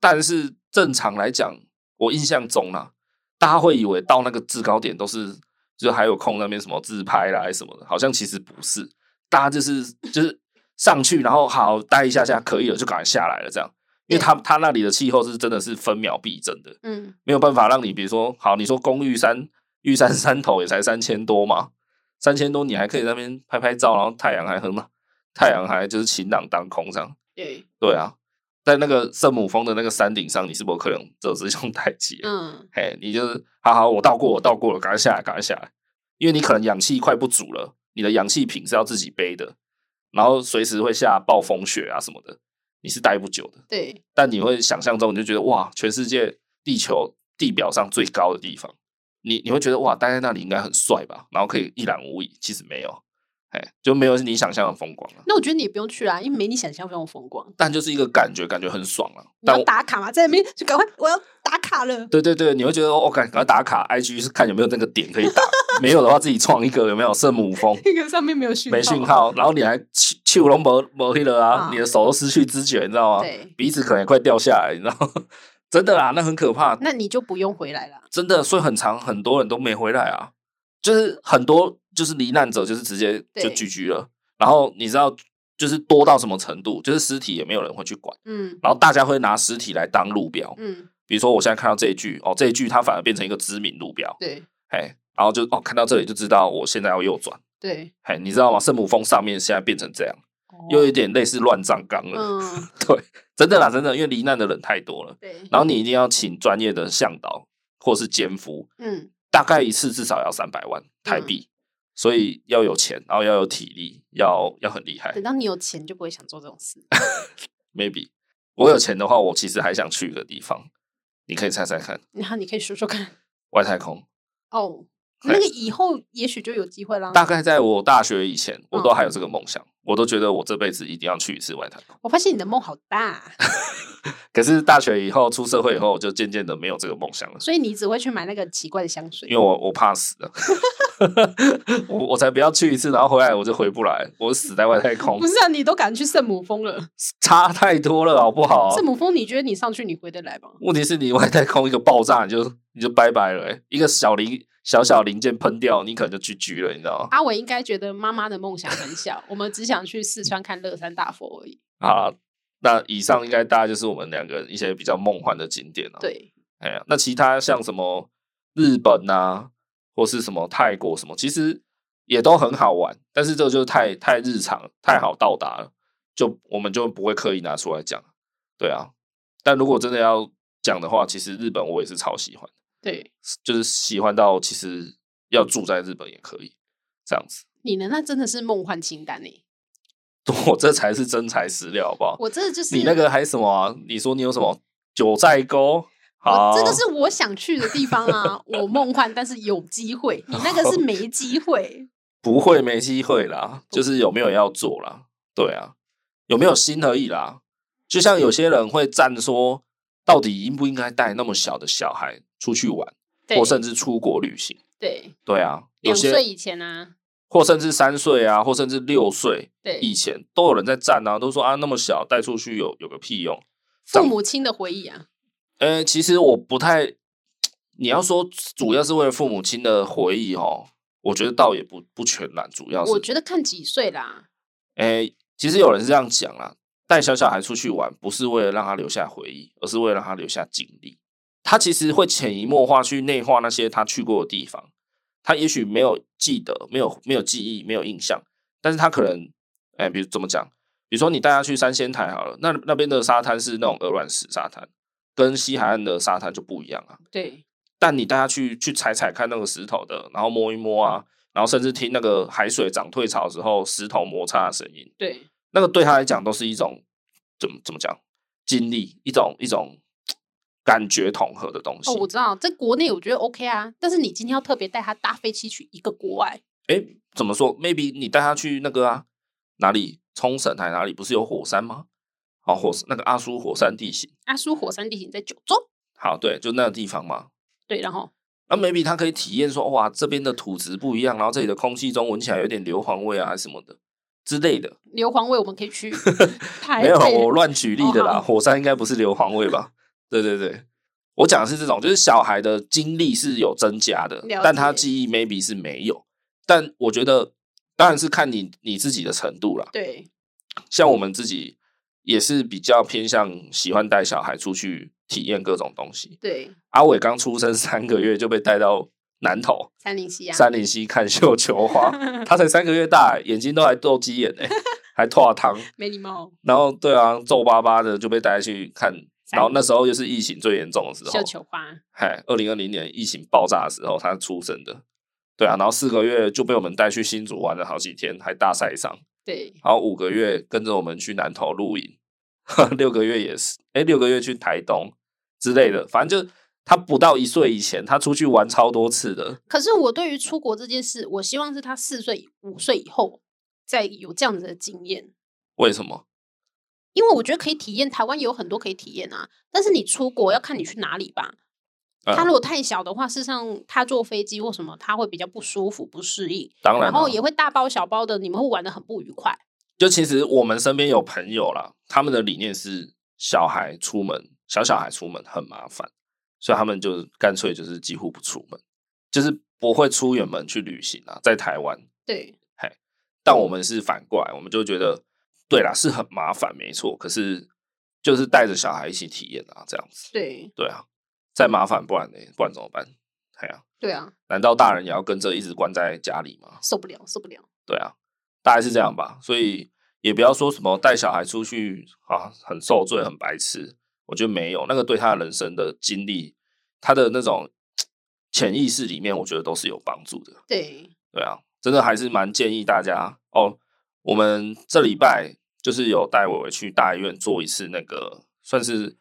S1: 但是正常来讲，我印象中啦，大家会以为到那个制高点都是就还有空那边什么自拍啦还是什么的，好像其实不是，大家就是就是上去然后好待一下下可以了，就赶快下来了这样。因为
S2: 对
S1: 他他那里的气候是真的是分秒必争的，
S2: 嗯，
S1: 没有办法让你，比如说，好，你说公玉山， 玉山山头也才三千多嘛，三千多你还可以在那边拍拍照，然后太阳还很，太阳还就是晴朗当空这样，
S2: 对，
S1: 对啊，在那个圣母峰的那个山顶上，你是不可能只有这种代际，
S2: 嗯，
S1: 嘿，你就是好好，我到过，我到过了，赶快下来，赶快下来，因为你可能氧气快不足了，你的氧气瓶是要自己背的，然后随时会下暴风雪啊什么的，你是待不久的。
S2: 对，
S1: 但你会想象中，你就觉得哇，全世界地球地表上最高的地方，你你会觉得哇，待在那里应该很帅吧，然后可以一览无遗。其实没有，哎，就没有你想象的风光啊了。
S2: 那我觉得你也不用去啦，啊因为没你想象中的风光。
S1: 但就是一个感觉，感觉很爽了、啊。
S2: 你
S1: 但
S2: 要
S1: 我
S2: 打卡嘛，在那边就赶快，我要打卡，卡了。
S1: 对对对，你会觉得哦，赶赶快打卡，IG 是看有没有那个点可以打，没有的话自己创一个，有没有圣母峰？
S2: 那个上面没有讯
S1: 没讯号，然后你还去去龙没没黑了啊
S2: 啊，
S1: 你的手都失去知觉，你知道吗？
S2: 对，
S1: 鼻子可能也快掉下来，你知道吗？ 真的啦，那很可怕，
S2: 那你就不用回来了。
S1: 真的，所以很长，很多人都没回来啊，就是很多就是罹难者就是直接就
S2: 对
S1: 聚居了，然后你知道就是多到什么程度，就是尸体也没有人会去管，
S2: 嗯
S1: 然后大家会拿尸体来当路标，
S2: 嗯，
S1: 比如说我现在看到这一句，哦，这一句它反而变成一个知名路标，
S2: 对
S1: 哎，然后就哦看到这里就知道我现在要右转，
S2: 对，
S1: 哎，你知道吗？圣母峰上面现在变成这样，又有一点类似乱葬岗了，
S2: 哦嗯
S1: 对，真的啦，真的，因为罹难的人太多了，
S2: 对，
S1: 然后你一定要请专业的向导或是监夫，
S2: 嗯
S1: 大概一次至少要三百万台币，所以要有钱，然后要有体力，要要很厉害
S2: 等到你有钱就不会想做这种 事。
S1: ，maybe。我有钱的话，我其实还想去一个地方，你可以猜猜看，
S2: 然后你可以说说看
S1: 外太空。
S2: 哦，
S1: 对
S2: 那个以后也许就有机会啦。
S1: 大概在我大学以前，我都
S2: 嗯
S1: 还有这个梦想，我都觉得我这辈子一定要去一次外太空。
S2: 我发现你的梦好大，啊
S1: 可是大学以后出社会以后，我就渐渐的没有这个梦想了，
S2: 所以你只会去买那个奇怪的香水
S1: 因为。我我怕死了， 我我才不要去一次，然后回来我就回不来，我死在外太空
S2: 不，是啊，你都敢去圣母峰了，
S1: 差太多了，好不好？
S2: 圣母峰，你觉得你上去你回得来吗？
S1: 问题是你外太空一个爆炸，你就你就拜拜了欸、一个小零小小零件喷掉，你可能就 GG 了，你知道吗？
S2: 阿伟应该觉得妈妈的梦想很小，我们只想去四川看乐山大佛而已。
S1: 啊，那以上应该大概就是我们两个一些比较梦幻的景点了、，
S2: 对，
S1: 哎呀，那其他像什么日本啊，或是什么泰国什么，其实也都很好玩，但是这个就是太太日常，太好到达了，就我们就不会刻意拿出来讲。对啊，但如果真的要讲的话，其实日本我也是超喜欢。
S2: 对，
S1: 就是喜欢到其实
S2: 嗯
S1: 要住在日本也可以这样子。
S2: 你呢？那真的是梦幻清单呢、欸
S1: 我这才是真材实料，好不好？
S2: 我这就是
S1: 你那个还什么、啊？你说你有什么九寨沟？好
S2: 我，这个是我想去的地方啊，我梦幻，但是有机会。你那个是没机 会，
S1: 不会没机会啦，就是有没有要做啦？对啊，有没有心而已啦。就像有些人会站说，到底应不应该带那么小的小孩出去玩，
S2: 对
S1: 或甚至出国旅行？
S2: 对，
S1: 对啊，有
S2: 两
S1: 些
S2: 岁以前啊，
S1: 或甚至三岁啊，或甚至六岁，
S2: 对
S1: 以前都有人在站啊，都说啊那么小带出去有有个屁用。
S2: 父母亲的回忆啊，
S1: 呃，其实我不太，你要说主要是为了父母亲的回忆哦，我觉得倒也不不全然，主要是
S2: 我觉得看几岁啦，
S1: 诶、其实有人是这样讲啦，带小小孩出去玩，不是为了让他留下回忆，而是为了让他留下经历。他其实会潜移默化去内化那些他去过的地方，他也许没有记得，没有没有记忆，没有印象，但是他可能，诶、比如怎么讲？比如说你带他去三仙台好了，那那边的沙滩是那种鹅卵石沙滩，跟西海岸的沙滩就不一样啊。
S2: 对，
S1: 但你带他去去踩踩看那个石头的，然后摸一摸啊，然后甚至听那个海水涨退潮的时候石头摩擦的声音，
S2: 对，
S1: 那个对他来讲都是一种怎么怎么讲经历，一种一种感觉统合的东西
S2: 哦，。我知道，在国内我觉得 OK 啊，但是你今天要特别带他搭飞机去一个国外，
S1: 哎、怎么说？maybe 你带他去那个啊哪里，冲绳还哪里，不是有火山吗？哦，火那个阿苏火山地形，
S2: 阿苏火山地形在九州，
S1: 好对，就那个地方嘛。
S2: 对，然后
S1: 那 maybe 他可以体验说，哇，这边的土质不一样，然后这里的空气中闻起来有点硫磺味啊，还是什么的之类的。
S2: 硫磺味我们可以 去台
S1: 没有，
S2: 北
S1: 我乱举例的
S2: 哦
S1: 啦。
S2: 好
S1: 火山应该不是硫磺味吧？对对对，我讲的是这种，就是小孩的精力是有增加的
S2: 了，
S1: 但他
S2: 解
S1: 记忆 maybe 是没有。但我觉得当然是看你你自己的程度啦。
S2: 对
S1: 像我们自己也是比较偏向喜欢带小孩出去体验各种东西。
S2: 对
S1: 阿伟刚出生三个月就被带到南投
S2: 三零七啊，
S1: 三林溪看 绣球 花，他才三个月大、欸眼睛都还斗鸡眼呢、还 拓汤。
S2: 没礼貌，哦
S1: 然后对啊，皱巴巴的就被带去看，
S2: 三
S1: 然后那时候又是疫情最严重的时候
S2: 绣，球花，
S1: 嗨，二零二零年疫情爆炸的时候，他出生的，对啊，然后四个月就被我们带去新竹玩了好几天，还大晒伤，
S2: 对，
S1: 然后五个月跟着我们去南投露营， 六个月也是，哎，六个月去台东之类的，反正就他不到一岁以前，他出去玩超多次的，
S2: 可是我对于出国这件事，我希望是他四岁、五岁以后再有这样子的经验，
S1: 为什么？
S2: 因为我觉得可以体验。台湾也有很多可以体验啊，但是你出国要看你去哪里吧。
S1: 嗯
S2: 它如果太小的话，事实上它坐飞机或什么，它会比较不舒服、不适应，
S1: 当然
S2: 然
S1: 啦，
S2: 后也会大包小包的，你们会玩的很不愉快。
S1: 就其实我们身边有朋友啦，他们的理念是小孩出门，小小孩出门很麻烦，所以他们就干脆就是几乎不出门，就是不会出远门去旅行啊，在台湾。
S2: 对，
S1: 但我们是反过来，我们就觉得，对啦，是很麻烦，没错，可是就是带着小孩一起体验啊，这样子，
S2: 对，
S1: 对啊，再麻烦不然呢，不然怎么办？哎呀、
S2: 对啊，
S1: 难道大人也要跟着一直关在家里吗？
S2: 受不了，受不了。
S1: 对啊，大概是这样吧。所以也不要说什么带小孩出去啊，很受罪、很白痴。我觉得没有那个对他的人生的经历，他的那种潜意识里面，我觉得都是有帮助的。
S2: 对，
S1: 对啊，真的还是蛮建议大家哦。我们这礼拜就是有带伟伟去大医院做一次那个算是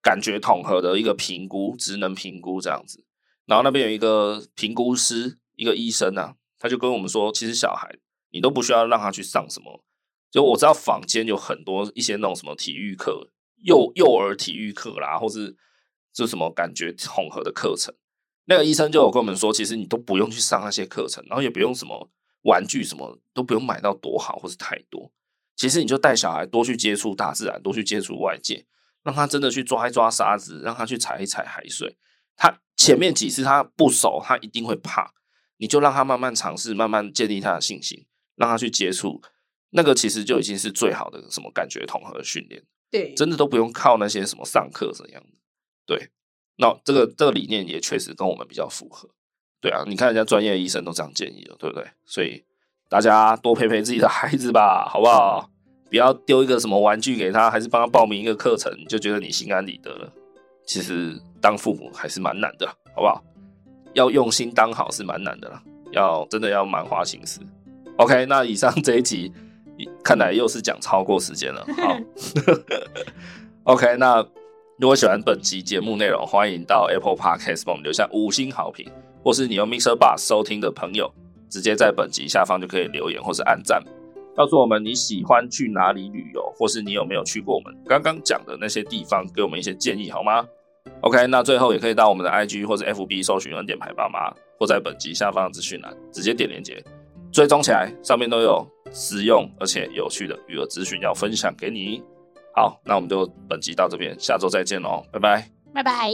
S1: 感觉统合的一个评估，职能评估这样子。然后那边有一个评估师，一个医生啊，他就跟我们说，其实小孩你都不需要让他去上什么。就我知道坊间有很多一些那种什么体育课、幼幼儿体育课啦，或是就什么感觉统合的课程。那个医生就有跟我们说，其实你都不用去上那些课程，然后也不用什么玩具什么都不用买到多好或是太多。其实你就带小孩多去接触大自然，多去接触外界，让他真的去抓一抓沙子，让他去踩一踩海水。他前面几次他不熟，他一定会怕，你就让他慢慢尝试，慢慢建立他的信心，让他去接触。那个其实就已经是最好的什么感觉统合的训练。
S2: 对，
S1: 真的都不用靠那些什么上课怎样的。对，那这个这个理念也确实跟我们比较符合。对啊，你看人家专业医生都这样建议了，对不对？所以大家多陪陪自己的孩子吧，好不好？不要丢一个什么玩具给他，还是帮他报名一个课程，你就觉得你心安理得了。其实当父母还是蛮难的，好不好？要用心当好是蛮难的啦，要真的要蛮花心思。OK，那以上这一集看来又是讲超过时间了，好。OK，那如果喜欢本期节目内容，欢迎到 Apple Podcast 帮我们留下五星好评，或是你用 Mixer Bar 收听的朋友，直接在本集下方就可以留言或是按赞，告诉我们你喜欢去哪里旅游，或是你有没有去过我们刚刚讲的那些地方，给我们一些建议好吗？OK，那最后也可以到我们的 IG 或是 FB 搜寻“恩典牌爸妈”，或在本集下方的资讯栏直接点连接，追踪起来，上面都有实用而且有趣的育儿资讯要分享给你。好，那我们就本集到这边，下周再见喽，拜拜。
S2: 拜拜。